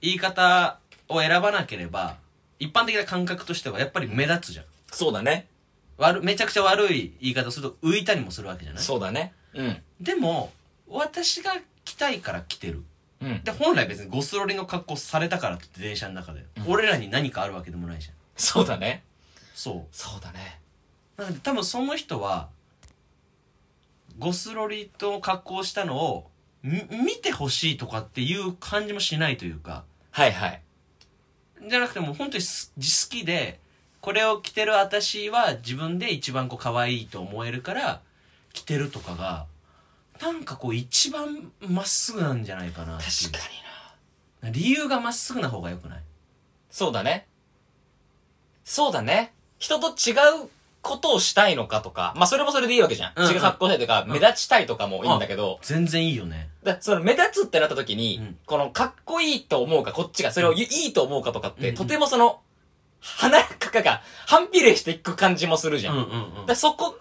[SPEAKER 1] 言い方を選ばなければ一般的な感覚としてはやっぱり目立つじゃん
[SPEAKER 2] そうだね。
[SPEAKER 1] 悪めちゃくちゃ悪い言い方すると浮いたりもするわけじゃない
[SPEAKER 2] そうだね。うん。
[SPEAKER 1] でも私が着たいから着てる
[SPEAKER 2] うん。
[SPEAKER 1] で本来別にゴスロリの格好されたからって電車の中で、俺らに何かあるわけでもないじゃん
[SPEAKER 2] そうだね。
[SPEAKER 1] そ
[SPEAKER 2] そうだね。
[SPEAKER 1] うなので多分その人はゴスロリと格好したのをみ見てほしいとかっていう感じもしないというか
[SPEAKER 2] はいはい。
[SPEAKER 1] じゃなくてもう本当にす好きでこれを着てる私は自分で一番こう可愛いと思えるから着てるとかがなんかこう一番まっすぐなんじゃないかなっていう
[SPEAKER 2] 確かにな。
[SPEAKER 1] 理由がまっすぐな方がよくない
[SPEAKER 2] そうだね。そうだね。人と違うことをしたいのかとか、まあそれもそれでいいわけじゃん。
[SPEAKER 1] うんうん
[SPEAKER 2] 違う格好したいとか、
[SPEAKER 1] ん
[SPEAKER 2] 目立ちたいとかもいいんだけど、
[SPEAKER 1] 全然いいよね
[SPEAKER 2] だその目立つってなった時に、
[SPEAKER 1] うん
[SPEAKER 2] このかっこいいと思うか、こっちがそれをいいと思うかとかって、
[SPEAKER 1] うんうん
[SPEAKER 2] とてもその、華やかが反比例していく感じもするじ
[SPEAKER 1] う
[SPEAKER 2] ゃ
[SPEAKER 1] ん
[SPEAKER 2] ん。
[SPEAKER 1] うんう
[SPEAKER 2] だ
[SPEAKER 1] ん
[SPEAKER 2] そこ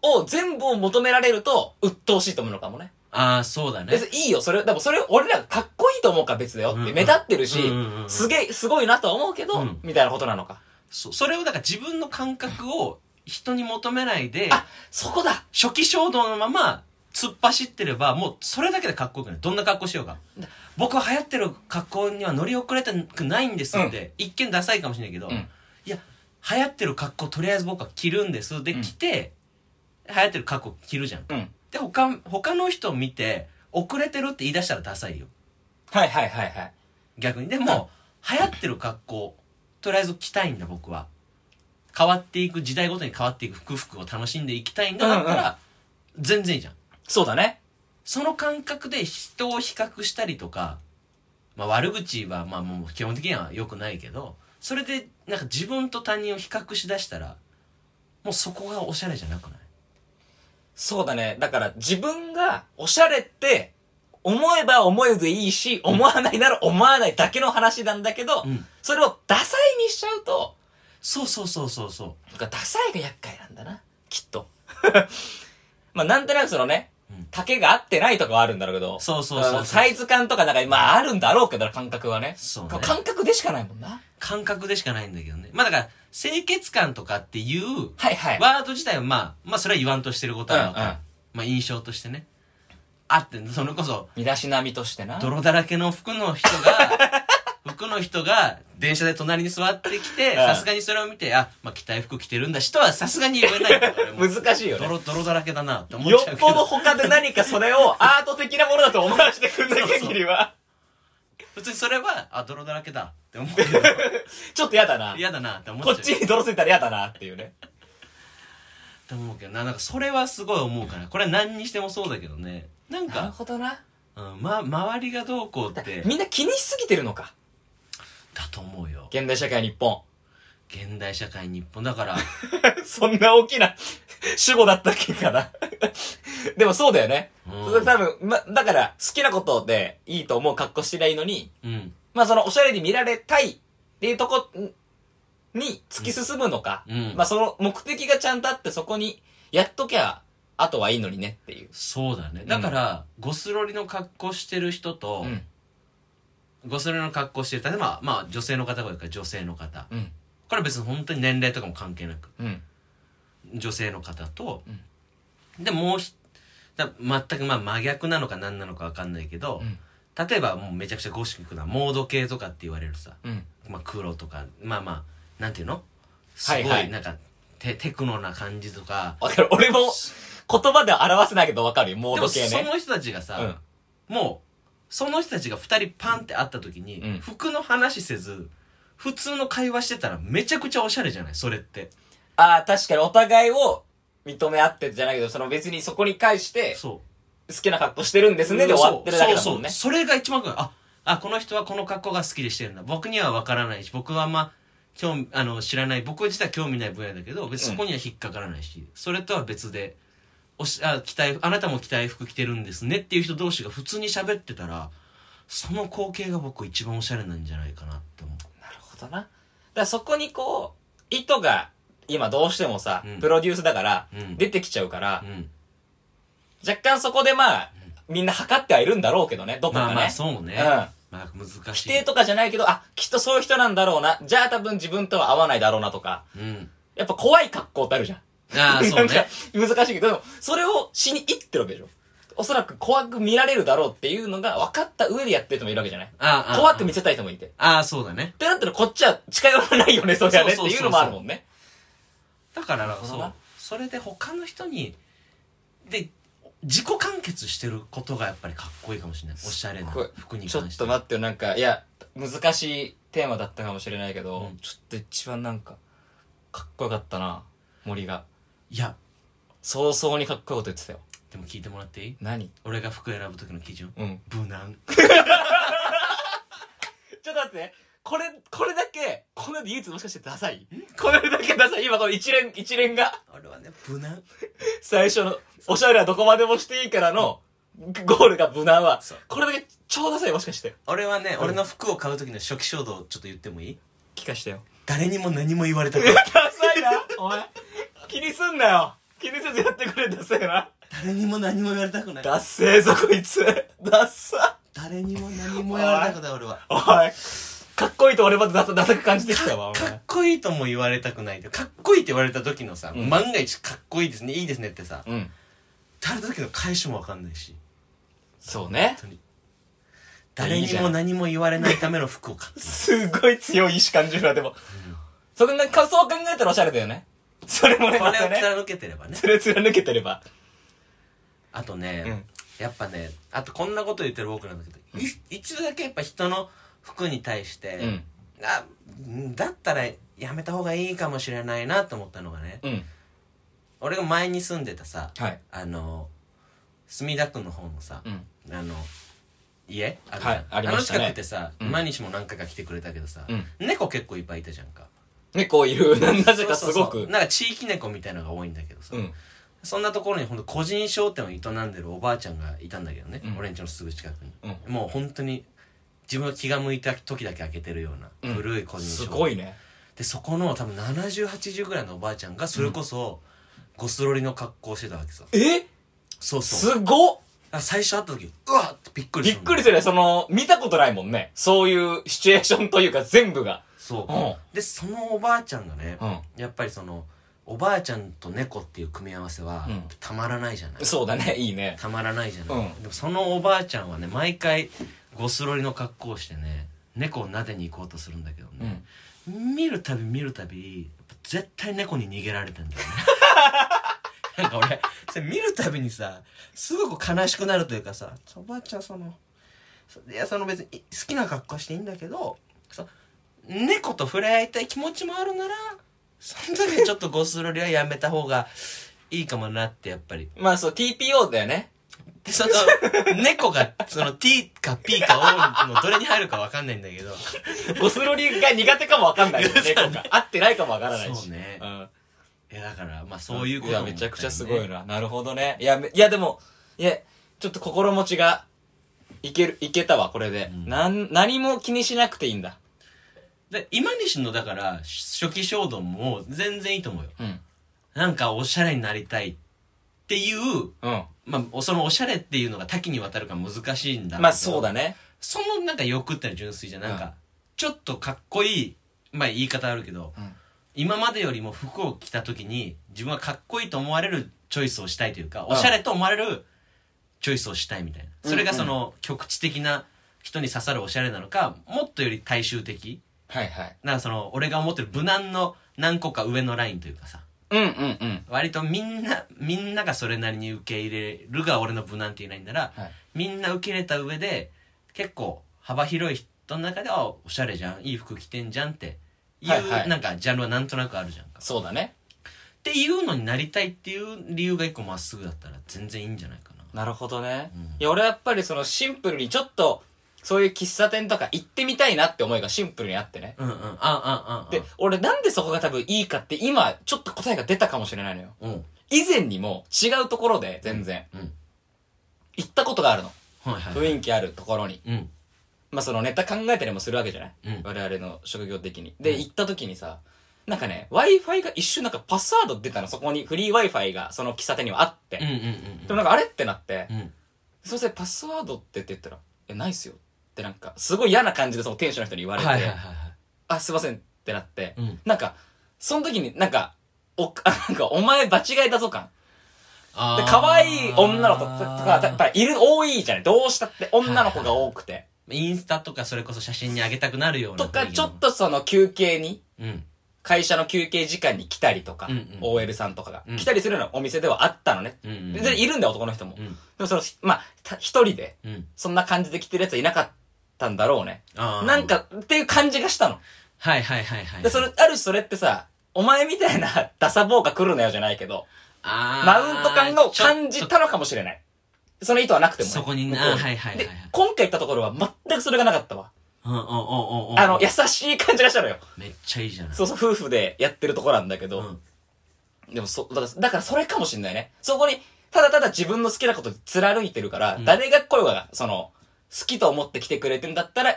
[SPEAKER 2] を全部を求められると、鬱陶しいと思うのかもね。
[SPEAKER 1] ああそうだね
[SPEAKER 2] 別にいいよ、それ、でもそれ俺らがかっこいいと思うか別だよ
[SPEAKER 1] う
[SPEAKER 2] っ
[SPEAKER 1] んう
[SPEAKER 2] て
[SPEAKER 1] ん
[SPEAKER 2] 目立ってるし、
[SPEAKER 1] うんうんうん
[SPEAKER 2] すげえ、すごいなとは思うけど、
[SPEAKER 1] うん
[SPEAKER 2] みたいなことなのか。
[SPEAKER 1] そそれをだから自分の感覚を人に求めないで
[SPEAKER 2] あ、そこだ
[SPEAKER 1] 初期衝動のまま突っ走ってればもうそれだけでかっこよくないどんな格好しようか僕は流行ってる格好には乗り遅れたくないんですって、一見ダサいかもしれないけど、
[SPEAKER 2] うん
[SPEAKER 1] いや流行ってる格好とりあえず僕は着るんですで
[SPEAKER 2] うん
[SPEAKER 1] 着て、流行ってる格好着るじゃん
[SPEAKER 2] うん。
[SPEAKER 1] で他他の人を見て遅れてるって言い出したらダサいよ
[SPEAKER 2] はいはいはいはい。
[SPEAKER 1] 逆にでも、流行ってる格好とりあえず着たいんだ僕は変わっていく時代ごとに変わっていく服服を楽しんでいきたいんだだったら、全然いいじゃん
[SPEAKER 2] そうだね。
[SPEAKER 1] その感覚で人を比較したりとか、まあ、悪口はまあもう基本的には良くないけどそれでなんか自分と他人を比較しだしたらもうそこがおしゃれじゃなくない
[SPEAKER 2] そうだね。だから自分がおしゃれって、思えば思えでいいし、思わないなら思わないだけの話なんだけど、
[SPEAKER 1] うん
[SPEAKER 2] それをダサいにしちゃうと、
[SPEAKER 1] そうそうそうそうそ
[SPEAKER 2] なんかダサいが厄介なんだな。きっと。 <laughs> まあなんとなくそのね
[SPEAKER 1] うん、
[SPEAKER 2] 丈が合ってないとかはあるんだろうけど、
[SPEAKER 1] うそうそうそう
[SPEAKER 2] あのサイズ感とかなんか、まああるんだろうけど、感覚はね。
[SPEAKER 1] そうね
[SPEAKER 2] 感覚でしかないもんな。
[SPEAKER 1] 感覚でしかないんだけどねまあだから清潔感とかっていう
[SPEAKER 2] はいはい。
[SPEAKER 1] ワード自体はまあまあそれは言わんとしてることはわかる
[SPEAKER 2] うんうん
[SPEAKER 1] まあ印象としてねあってそれこそ
[SPEAKER 2] 身だしなみとしてな。
[SPEAKER 1] 泥だらけの服の人
[SPEAKER 2] <laughs>
[SPEAKER 1] が、服の人が電車で隣に座ってきて、
[SPEAKER 2] うん
[SPEAKER 1] さすがにそれを見て、あ、まあ着たい服着てるんだしとはさすがに言え
[SPEAKER 2] <laughs>
[SPEAKER 1] ないから俺も
[SPEAKER 2] 難しいよね。
[SPEAKER 1] 泥、泥だらけだなって思っ
[SPEAKER 2] よ
[SPEAKER 1] ちゃう
[SPEAKER 2] っ
[SPEAKER 1] け
[SPEAKER 2] ぽど
[SPEAKER 1] ど、
[SPEAKER 2] 他で何かそれをアート的なものだと思わせてくんない限りは、
[SPEAKER 1] 普通にそれは、あ、泥だらけだって思うけど、
[SPEAKER 2] <laughs> ちょっと嫌だな。
[SPEAKER 1] 嫌だなって思っち
[SPEAKER 2] こ
[SPEAKER 1] ゃう。
[SPEAKER 2] っちに泥ついたら嫌だなっていうね。
[SPEAKER 1] って思うけどな、なんかそれはすごい思うから、これは何にしてもそうだけどね。なんか、
[SPEAKER 2] ほどな。
[SPEAKER 1] うん、ま、周りがどうこうって、
[SPEAKER 2] みんな気にしすぎてるのか。
[SPEAKER 1] だと思うよ。
[SPEAKER 2] 現代社会日本。
[SPEAKER 1] 現代社会日本だ
[SPEAKER 2] <laughs>
[SPEAKER 1] から、
[SPEAKER 2] そんな大きな主語だったっけかな。でもそうだよね。
[SPEAKER 1] うん
[SPEAKER 2] それ多分、ま、だから好きなことでいいと思う格好してりゃいいのに、
[SPEAKER 1] うん、
[SPEAKER 2] まあそのおしゃれに見られたいっていうとこに突き進むのか。
[SPEAKER 1] うん
[SPEAKER 2] まあその目的がちゃんとあってそこにやっときゃ、あとはいいのにねっていう。
[SPEAKER 1] そうだね。だから、ゴスロリの格好してる人と、
[SPEAKER 2] うん。
[SPEAKER 1] ゴスロリの格好してる例えば、まあ、女性の方がいるから女性の方
[SPEAKER 2] うん。
[SPEAKER 1] これは別に本当に年齢とかも関係なく
[SPEAKER 2] うん。
[SPEAKER 1] 女性の方と、でもうひだ全くまあ真逆なのか何なのか分かんないけど、例えばもうめちゃくちゃゴシックなモード系とかって言われるさ、
[SPEAKER 2] うん。
[SPEAKER 1] まあ、黒とかまあまあなんていうのすごい
[SPEAKER 2] はいはい
[SPEAKER 1] なんか、テテクノな感じとか
[SPEAKER 2] わかる。俺も言葉では表せないけどわかるよ、モ
[SPEAKER 1] で
[SPEAKER 2] ード
[SPEAKER 1] も
[SPEAKER 2] 系
[SPEAKER 1] そ
[SPEAKER 2] ね。
[SPEAKER 1] の人たちがさ、
[SPEAKER 2] うん
[SPEAKER 1] もうその人たちが2人パンって会った時に、
[SPEAKER 2] うん
[SPEAKER 1] 服の話せず普通の会話してたらめちゃくちゃおしゃれじゃないそれって
[SPEAKER 2] ああ、確かにお互いを認め合ってじゃないけど、その別にそこに返して、
[SPEAKER 1] そう
[SPEAKER 2] 好きな格好してるんですねで終わってるだけだもんね。
[SPEAKER 1] そうそうそれが一番かああこの人はこの格好が好きでしてるんだ僕には分からないし僕はあんま興味あの知らない僕自体は興味ない分野だけど別にそこには引っかからないし、それとは別でおしあ着たいあなたも着たい服着てるんですねっていう人同士が普通に喋ってたらその光景が僕一番おしゃれなんじゃないかなって思う
[SPEAKER 2] なるほどな。だからそこにこう、意図が、今どうしてもさ、
[SPEAKER 1] うん
[SPEAKER 2] プロデュースだから、
[SPEAKER 1] うん
[SPEAKER 2] 出てきちゃうから、
[SPEAKER 1] うん、
[SPEAKER 2] 若干そこでまあ、みんな測ってはいるんだろうけどね、どこかね。
[SPEAKER 1] まあまあそうね、
[SPEAKER 2] うん
[SPEAKER 1] まあ難し
[SPEAKER 2] 否
[SPEAKER 1] い
[SPEAKER 2] 定とかじゃないけど、あ、きっとそういう人なんだろうな。じゃあ多分自分とは合わないだろうなとか。
[SPEAKER 1] うん
[SPEAKER 2] やっぱ怖い格好ってあるじゃん。
[SPEAKER 1] ああそう
[SPEAKER 2] なんか
[SPEAKER 1] ね
[SPEAKER 2] 難しいけど、でもそれをしに行ってるわけでしょ。おそらく怖く見られるだろうっていうのが分かった上でやってる人もいるわけじゃない
[SPEAKER 1] ああああ
[SPEAKER 2] 怖く見せたい人もいて。っ
[SPEAKER 1] ああそうだね
[SPEAKER 2] てなったらこっちは近寄らないよね、そりゃね。っ
[SPEAKER 1] そ
[SPEAKER 2] て
[SPEAKER 1] うそうそうそう
[SPEAKER 2] いうのもあるもんね。
[SPEAKER 1] だから
[SPEAKER 2] ほど
[SPEAKER 1] そう
[SPEAKER 2] な
[SPEAKER 1] それで他の人にで自己完結してることがやっぱりかっこいいかもしれないおしゃれな
[SPEAKER 2] これ
[SPEAKER 1] 服に
[SPEAKER 2] ちょ
[SPEAKER 1] 関
[SPEAKER 2] っ
[SPEAKER 1] して
[SPEAKER 2] と待ってよ、なんか、いや、難しいテーマだったかもしれないけど、
[SPEAKER 1] うん
[SPEAKER 2] ちょっと一番なんか、かっこよかったな、森が。
[SPEAKER 1] いや
[SPEAKER 2] 早々にかっこよいこと言ってたよ。
[SPEAKER 1] でも聞いてもらっていい
[SPEAKER 2] 何
[SPEAKER 1] 俺が服選ぶ時の基準
[SPEAKER 2] うん。
[SPEAKER 1] 無難
[SPEAKER 2] ちょっと待ってね。これ、これだけ、この唯一もしかしてダサいこれだけダサい。今この一連、一連が、
[SPEAKER 1] 俺はね無難
[SPEAKER 2] 最初の、おしゃれはどこまでもしていいからの、ゴールが無難は
[SPEAKER 1] そう、
[SPEAKER 2] これだけ超ダサいもしかして。
[SPEAKER 1] 俺はね俺の服を買う時の初期衝動ちょっと言ってもいい
[SPEAKER 2] 聞かしてよ。
[SPEAKER 1] 誰にも何も言われたく <laughs> ない
[SPEAKER 2] ダサいな、お前。気にすんなよ。気にせずやってくれ、ダサいな。
[SPEAKER 1] 誰にも何も言われたくない
[SPEAKER 2] ダッセーぞ、こいつ。ダッサ。
[SPEAKER 1] 誰にも何も言われたくない俺は
[SPEAKER 2] おい。かっこいいと俺までダサダサく感じてきたわ、お
[SPEAKER 1] かっ
[SPEAKER 2] 前。
[SPEAKER 1] こいいとも言われたくないかっこいいって言われた時のさ、
[SPEAKER 2] うん
[SPEAKER 1] 万が一かっこいいですねいいですねってさ
[SPEAKER 2] うん。
[SPEAKER 1] 誰の時の返しも分かんないし
[SPEAKER 2] そうね。
[SPEAKER 1] 誰にも何も言われないための服を買った
[SPEAKER 2] すごい強い意志感じるわ、でも。そんな、かそう考えたらおしゃれだよね。 <laughs> それもね、
[SPEAKER 1] こ
[SPEAKER 2] ま
[SPEAKER 1] れ
[SPEAKER 2] た
[SPEAKER 1] を
[SPEAKER 2] ね。
[SPEAKER 1] 貫けてればね
[SPEAKER 2] つれつれ抜けてれば。
[SPEAKER 1] あとね、
[SPEAKER 2] うん
[SPEAKER 1] やっぱねあとこんなこと言ってる僕なんだけど、い一度だけやっぱ人の服に対して、
[SPEAKER 2] うん。
[SPEAKER 1] あだったらやめた方がいいかもしれないなと思ったのがね
[SPEAKER 2] うん。
[SPEAKER 1] 俺が前に住んでたさ
[SPEAKER 2] はい。
[SPEAKER 1] あの墨田区の方のさ、
[SPEAKER 2] うん。
[SPEAKER 1] あの家ある
[SPEAKER 2] はいありましたね
[SPEAKER 1] あの近くってさ、
[SPEAKER 2] うん
[SPEAKER 1] 毎日も何回か来てくれたけどさ、
[SPEAKER 2] うん
[SPEAKER 1] 猫結構いっぱいいたじゃんか
[SPEAKER 2] 猫いる。ななぜか
[SPEAKER 1] そう
[SPEAKER 2] す
[SPEAKER 1] そう
[SPEAKER 2] ご
[SPEAKER 1] そう
[SPEAKER 2] く。
[SPEAKER 1] なんか地域猫みたいのが多いんだけどさ、
[SPEAKER 2] うん。
[SPEAKER 1] そんなところにほんと個人商店を営んでるおばあちゃんがいたんだけどね、
[SPEAKER 2] うん
[SPEAKER 1] 俺んちのすぐ近くに、
[SPEAKER 2] う
[SPEAKER 1] もう本当に自分が気が向いた時だけ開けてるような
[SPEAKER 2] うん
[SPEAKER 1] 古い個人商
[SPEAKER 2] す
[SPEAKER 1] 店、
[SPEAKER 2] ごいね。
[SPEAKER 1] でそこの多分7080ぐらいのおばあちゃんがそれこそゴスロリの格好をしてたわけさ、
[SPEAKER 2] え
[SPEAKER 1] そうそう
[SPEAKER 2] すごっ
[SPEAKER 1] あ最初会った時うわっってびっくり
[SPEAKER 2] び
[SPEAKER 1] し
[SPEAKER 2] ったくりするよ。その、見たことないもんね。そういうシチュエーションというか全部が。
[SPEAKER 1] そう、
[SPEAKER 2] うん
[SPEAKER 1] でそのおばあちゃんがね、
[SPEAKER 2] うん。
[SPEAKER 1] やっぱりそのおばあちゃんと猫っていう組み合わせは
[SPEAKER 2] うん
[SPEAKER 1] たまらないじゃない、
[SPEAKER 2] そうだね。いいね。
[SPEAKER 1] たまらないじゃない、
[SPEAKER 2] うん
[SPEAKER 1] でもそのおばあちゃんはね毎回ゴスロリの格好をしてね猫を撫でに行こうとするんだけどね、見るたび見るたびやっぱ絶対猫に逃げられてんだ
[SPEAKER 2] <laughs>
[SPEAKER 1] よねなんか俺それ見るたびにさすごく悲しくなるというかさおばあちゃんそのそいやその別にい好きな格好していいんだけどそ猫と触れ合いたい気持ちもあるならその時はちょっとゴスロリはやめた方がいいかもなってやっぱり
[SPEAKER 2] まあそう、TPO だよね。
[SPEAKER 1] で、その、猫が、その t か p か o のどれに入るかわかんないんだけど。
[SPEAKER 2] ゴスロリが苦手かもわかんない
[SPEAKER 1] <laughs>
[SPEAKER 2] もんね。猫が。合ってないかもわからないし。
[SPEAKER 1] そうね
[SPEAKER 2] ん。
[SPEAKER 1] いや、だから、まあそういうこと
[SPEAKER 2] や、
[SPEAKER 1] も
[SPEAKER 2] め
[SPEAKER 1] ね
[SPEAKER 2] ちゃくちゃすごいな。なるほどね。いや、めいやでも、いや、ちょっと心持ちが、いける、いけたわ、これで。
[SPEAKER 1] うん
[SPEAKER 2] なん、何も気にしなくていいんだ。
[SPEAKER 1] で、今西の、だから、初期衝動も全然いいと思うよ。
[SPEAKER 2] うん。
[SPEAKER 1] なんか、おしゃれになりたいっていう、
[SPEAKER 2] うん。
[SPEAKER 1] まあ、そのおしゃれっていうのが多岐にわたるから難しいんだけど。
[SPEAKER 2] まあそうだね。
[SPEAKER 1] そのなんか欲ってのは純粋じゃんなん
[SPEAKER 2] うん
[SPEAKER 1] かちょっとかっこいいまあ言い方あるけど、
[SPEAKER 2] うん
[SPEAKER 1] 今までよりも服を着た時に自分はかっこいいと思われるチョイスをしたいというか、
[SPEAKER 2] ん
[SPEAKER 1] おしゃれと思われるチョイスをしたいみたいなそれが
[SPEAKER 2] うんう
[SPEAKER 1] そ
[SPEAKER 2] ん
[SPEAKER 1] の局地的な人に刺さるおしゃれなのかもっとより大衆的
[SPEAKER 2] はいはい。
[SPEAKER 1] なんかその俺が思ってる無難の何個か上のラインというかさ
[SPEAKER 2] うんうんうん。
[SPEAKER 1] 割とみんなみんながそれなりに受け入れるが俺の無難っていうラインなら、
[SPEAKER 2] はい
[SPEAKER 1] みんな受け入れた上で結構幅広い人の中ではおしゃれじゃんいい服着てんじゃんっていう、
[SPEAKER 2] はいはい
[SPEAKER 1] なんかジャンルはなんとなくあるじゃんか
[SPEAKER 2] そうだね。
[SPEAKER 1] っていうのになりたいっていう理由が一個まっすぐだったら全然いいんじゃないかな
[SPEAKER 2] なるほどね。
[SPEAKER 1] うん
[SPEAKER 2] いや、俺はやっぱりそのシンプルにちょっと、そういう喫茶店とか行ってみたいなって思いがシンプルにあってね。
[SPEAKER 1] うんうんああああ
[SPEAKER 2] で、俺なんでそこが多分いいかって今、ちょっと答えが出たかもしれないのよ。
[SPEAKER 1] うん
[SPEAKER 2] 以前にも違うところで全然、
[SPEAKER 1] うん
[SPEAKER 2] 行ったことがあるの。
[SPEAKER 1] はいはい
[SPEAKER 2] 雰囲気あるところに。
[SPEAKER 1] うん
[SPEAKER 2] まあそのネタ考えたりもするわけじゃない、
[SPEAKER 1] うん
[SPEAKER 2] 我々の職業的に。で、
[SPEAKER 1] うん
[SPEAKER 2] 行った時にさ、なんかね、Wi-Fi が一瞬なんかパスワード出たの、そこにフリー Wi-Fi がその喫茶店にはあって。
[SPEAKER 1] うんうん
[SPEAKER 2] でもなんかあれってなって、
[SPEAKER 1] うんうん
[SPEAKER 2] すいません、パスワードってって言ったら、え、ないっすよ。ってなんか、すごい嫌な感じでその店主の人に言わ
[SPEAKER 1] はい
[SPEAKER 2] れて、
[SPEAKER 1] はいはいはい
[SPEAKER 2] あ、すいませんってなって、
[SPEAKER 1] うん
[SPEAKER 2] なんか、その時になんか、お、 <laughs> あなんか、お前場違いだぞ感。
[SPEAKER 1] あ
[SPEAKER 2] で、
[SPEAKER 1] ー
[SPEAKER 2] 可愛い女の子とか、やっぱりいる、多いじゃない。どうしたって女の子が多くて。
[SPEAKER 1] インスタとかそれこそ写真にあげたくなるような
[SPEAKER 2] とか、
[SPEAKER 1] 雰囲気
[SPEAKER 2] ちょ
[SPEAKER 1] の
[SPEAKER 2] っとその休憩に、
[SPEAKER 1] うん
[SPEAKER 2] 会社の休憩時間に来たりとか、
[SPEAKER 1] うんうん
[SPEAKER 2] OL さんとかが、
[SPEAKER 1] うん
[SPEAKER 2] 来たりするようなお店ではあったのね。
[SPEAKER 1] うんうん
[SPEAKER 2] で、いるんだよ、男の人も。
[SPEAKER 1] う
[SPEAKER 2] で
[SPEAKER 1] ん
[SPEAKER 2] もその、まあ、た一人で、
[SPEAKER 1] うん
[SPEAKER 2] そんな感じで来てる奴はいなかったんだろうね。
[SPEAKER 1] あー
[SPEAKER 2] なんか、っていう感じがしたの。
[SPEAKER 1] はいはいはいはい
[SPEAKER 2] で、それ、ある種それってさ、お前みたいなダサ棒が来るのよじゃないけど、
[SPEAKER 1] あー
[SPEAKER 2] マウント感を感
[SPEAKER 1] ちょ
[SPEAKER 2] じ
[SPEAKER 1] った
[SPEAKER 2] のかもしれない。その意図はなくて
[SPEAKER 1] と
[SPEAKER 2] もね、
[SPEAKER 1] そこに
[SPEAKER 2] 向こう
[SPEAKER 1] なはいはいはい
[SPEAKER 2] で
[SPEAKER 1] はい、
[SPEAKER 2] 今回行ったところは全くそれがなかったわ。
[SPEAKER 1] うんうんうんうんうん
[SPEAKER 2] あの、優しい感じがしたのよ。
[SPEAKER 1] めっちゃいいじゃない
[SPEAKER 2] そうそう、夫婦でやってるところなんだけど、
[SPEAKER 1] うん
[SPEAKER 2] でもそ、だから、だからそれかもしんないね。そこに、ただただ自分の好きなこと貫いてるから、
[SPEAKER 1] うん
[SPEAKER 2] 誰が声が、その、好きと思って来てくれてるんだったら、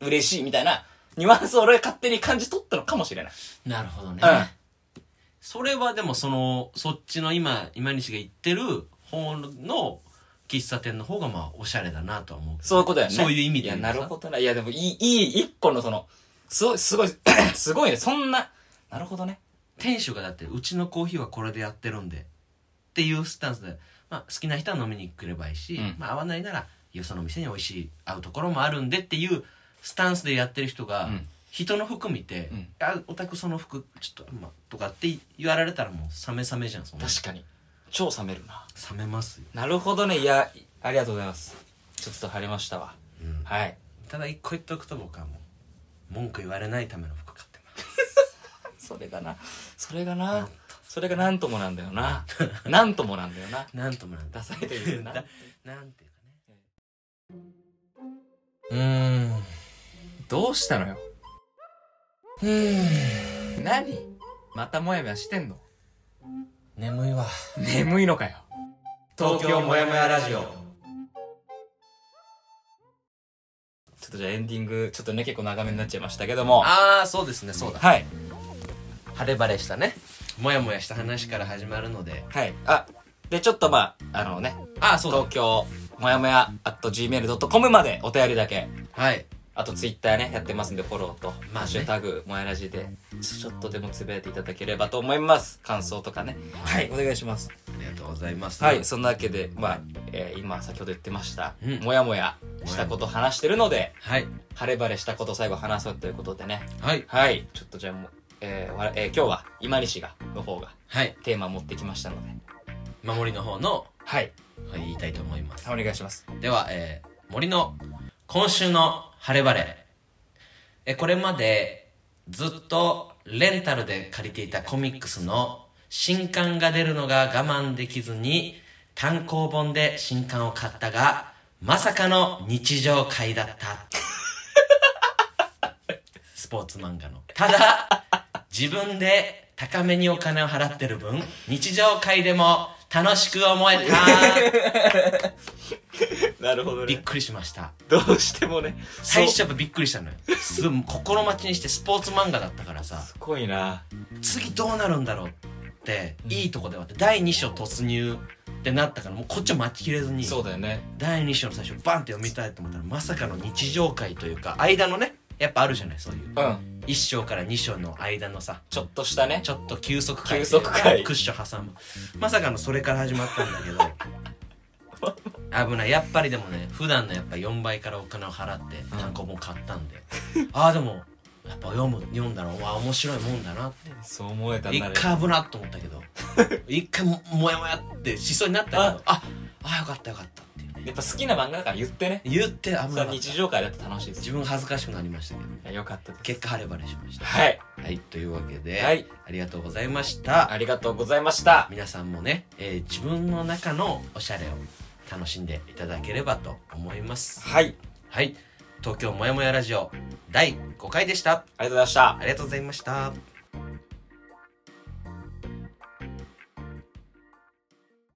[SPEAKER 2] 嬉しいみたいな、ニュアンスを俺が勝手に感じ取ったのかもしれない。
[SPEAKER 1] なるほどね、
[SPEAKER 2] うん
[SPEAKER 1] それはでもそのそっちの今今西が言ってる方の喫茶店の方がまあおしゃれだなとは思うけど
[SPEAKER 2] そういうことだよね。
[SPEAKER 1] そういう意味
[SPEAKER 2] い
[SPEAKER 1] で
[SPEAKER 2] や、
[SPEAKER 1] 言うと
[SPEAKER 2] な
[SPEAKER 1] さ
[SPEAKER 2] るほどな。いや、でも、いい、いい、一個のその、すごい、すごい、 <coughs> すごいね。そんな、なるほどね。
[SPEAKER 1] 店主がだってうちのコーヒーはこれでやってるんでっていうスタンスで、まあ、好きな人は飲みに来ればいいし、
[SPEAKER 2] うん
[SPEAKER 1] まあ、合わないならいやその店に美味しい合うところもあるんでっていうスタンスでやってる人が、
[SPEAKER 2] うん
[SPEAKER 1] 人の服見て「
[SPEAKER 2] うん
[SPEAKER 1] あオタクその服ちょっと、まあ」とかって言われたらもうサメサメじゃんそんな
[SPEAKER 2] 確かに。超冷めるな。
[SPEAKER 1] サメますよ、
[SPEAKER 2] なるほどね。いや、いありがとうございます。ちょっと晴れましたわ。
[SPEAKER 1] うん
[SPEAKER 2] はい。
[SPEAKER 1] ただ一個言っておくと僕はもう文句言われないための服買ってます
[SPEAKER 2] それがな。それがな。それがなんともなんだよな。 <laughs> なんともなんだよな。
[SPEAKER 1] なんともなん <laughs> だ
[SPEAKER 2] ダサいというな。
[SPEAKER 1] なんていうかね
[SPEAKER 2] うーん。 <laughs> どうしたのよ。
[SPEAKER 1] うーん
[SPEAKER 2] 何またもやもやしてんの
[SPEAKER 1] 眠いわ
[SPEAKER 2] 眠いのかよ。東京もやもやラジオちょっとじゃあエンディング、ちょっとね、結構長めになっちゃいましたけども。
[SPEAKER 1] ああそうですねそうだ
[SPEAKER 2] はい。
[SPEAKER 1] 晴れ晴れしたねもやもやした話から始まるので
[SPEAKER 2] はい。あ、で、ちょっとまあ、あのね、
[SPEAKER 1] ああそうだ
[SPEAKER 2] 東京もやもや at gmail.com までお便りだけ。
[SPEAKER 1] はい
[SPEAKER 2] あとツイッターね、やってますんで、フォローと、
[SPEAKER 1] まあね
[SPEAKER 2] ハッシュタグ、もやラジで、ちょっとでもつぶやいていただければと思います。感想とかね。はい、お願いします。
[SPEAKER 1] ありがとうございます
[SPEAKER 2] はい、そんなわけで、まあ、えー今、先ほど言ってました、
[SPEAKER 1] うん
[SPEAKER 2] もやもやしたこと話してるので、
[SPEAKER 1] はい
[SPEAKER 2] 晴れ晴れしたこと最後話そうということでね。
[SPEAKER 1] はい
[SPEAKER 2] はい、ちょっとじゃあもう、えーわらえー今日は今西が、の方が
[SPEAKER 1] はい
[SPEAKER 2] テーマ持ってきましたので、
[SPEAKER 1] 守りの方の、
[SPEAKER 2] はい、
[SPEAKER 1] はい、言いたいと思います
[SPEAKER 2] お願いします。
[SPEAKER 1] では、えー森の今週の晴れ晴れえこれまでずっとレンタルで借りていたコミックスの新刊が出るのが我慢できずに単行本で新刊を買ったがまさかの日常会だった <laughs> スポーツ漫画のただ自分で高めにお金を払ってる分日常会でも楽しく思えた
[SPEAKER 2] なるほど
[SPEAKER 1] びっ。くりしました
[SPEAKER 2] どうしてもね、
[SPEAKER 1] 最初やっぱびっくりしたのよすごい心待ちにしてスポーツ漫画だったからさ
[SPEAKER 2] すごいな。
[SPEAKER 1] 次どうなるんだろうっていいとこで終わって第2章突入ってなったからもうこっちは待ちきれずに
[SPEAKER 2] そうだよね。
[SPEAKER 1] 第2章の最初バンって読みたいと思ったらまさかの日常会というか間のねやっぱあるじゃないそういう
[SPEAKER 2] うん。
[SPEAKER 1] 1章から2章の間のさ
[SPEAKER 2] ちょっとしたね。
[SPEAKER 1] ちょっと休息会
[SPEAKER 2] 休息会
[SPEAKER 1] クッション挟むまさかのそれから始まったんだけど危ないやっぱりでもね普段のやっぱ4倍からお金を払って単行本買ったんでああでもやっぱ読む読んだらわあ面白いもんだなって
[SPEAKER 2] そう思えたん
[SPEAKER 1] 一
[SPEAKER 2] だね
[SPEAKER 1] 回危なっと思ったけど一回ももやもやってしそうになったけどあああよかったよかったっていうね
[SPEAKER 2] やっぱ好きな漫画だから言ってね
[SPEAKER 1] 言って危なかっ
[SPEAKER 2] そ
[SPEAKER 1] た
[SPEAKER 2] れ日常会だって楽しいです
[SPEAKER 1] 自
[SPEAKER 2] よ
[SPEAKER 1] 分恥ずかしくなりましたけど
[SPEAKER 2] いやよかったです
[SPEAKER 1] 結果晴れ晴れしました
[SPEAKER 2] はい
[SPEAKER 1] はいというわけで、
[SPEAKER 2] はい
[SPEAKER 1] ありがとうございました
[SPEAKER 2] ありがとうございました
[SPEAKER 1] 皆さんもね、えー自分の中のおしゃれを楽しんでいただければと思います
[SPEAKER 2] はいあり
[SPEAKER 1] はい東京もやもやラジオ第5回でした
[SPEAKER 2] がとうございまし
[SPEAKER 1] あ
[SPEAKER 2] た
[SPEAKER 1] りがとうございました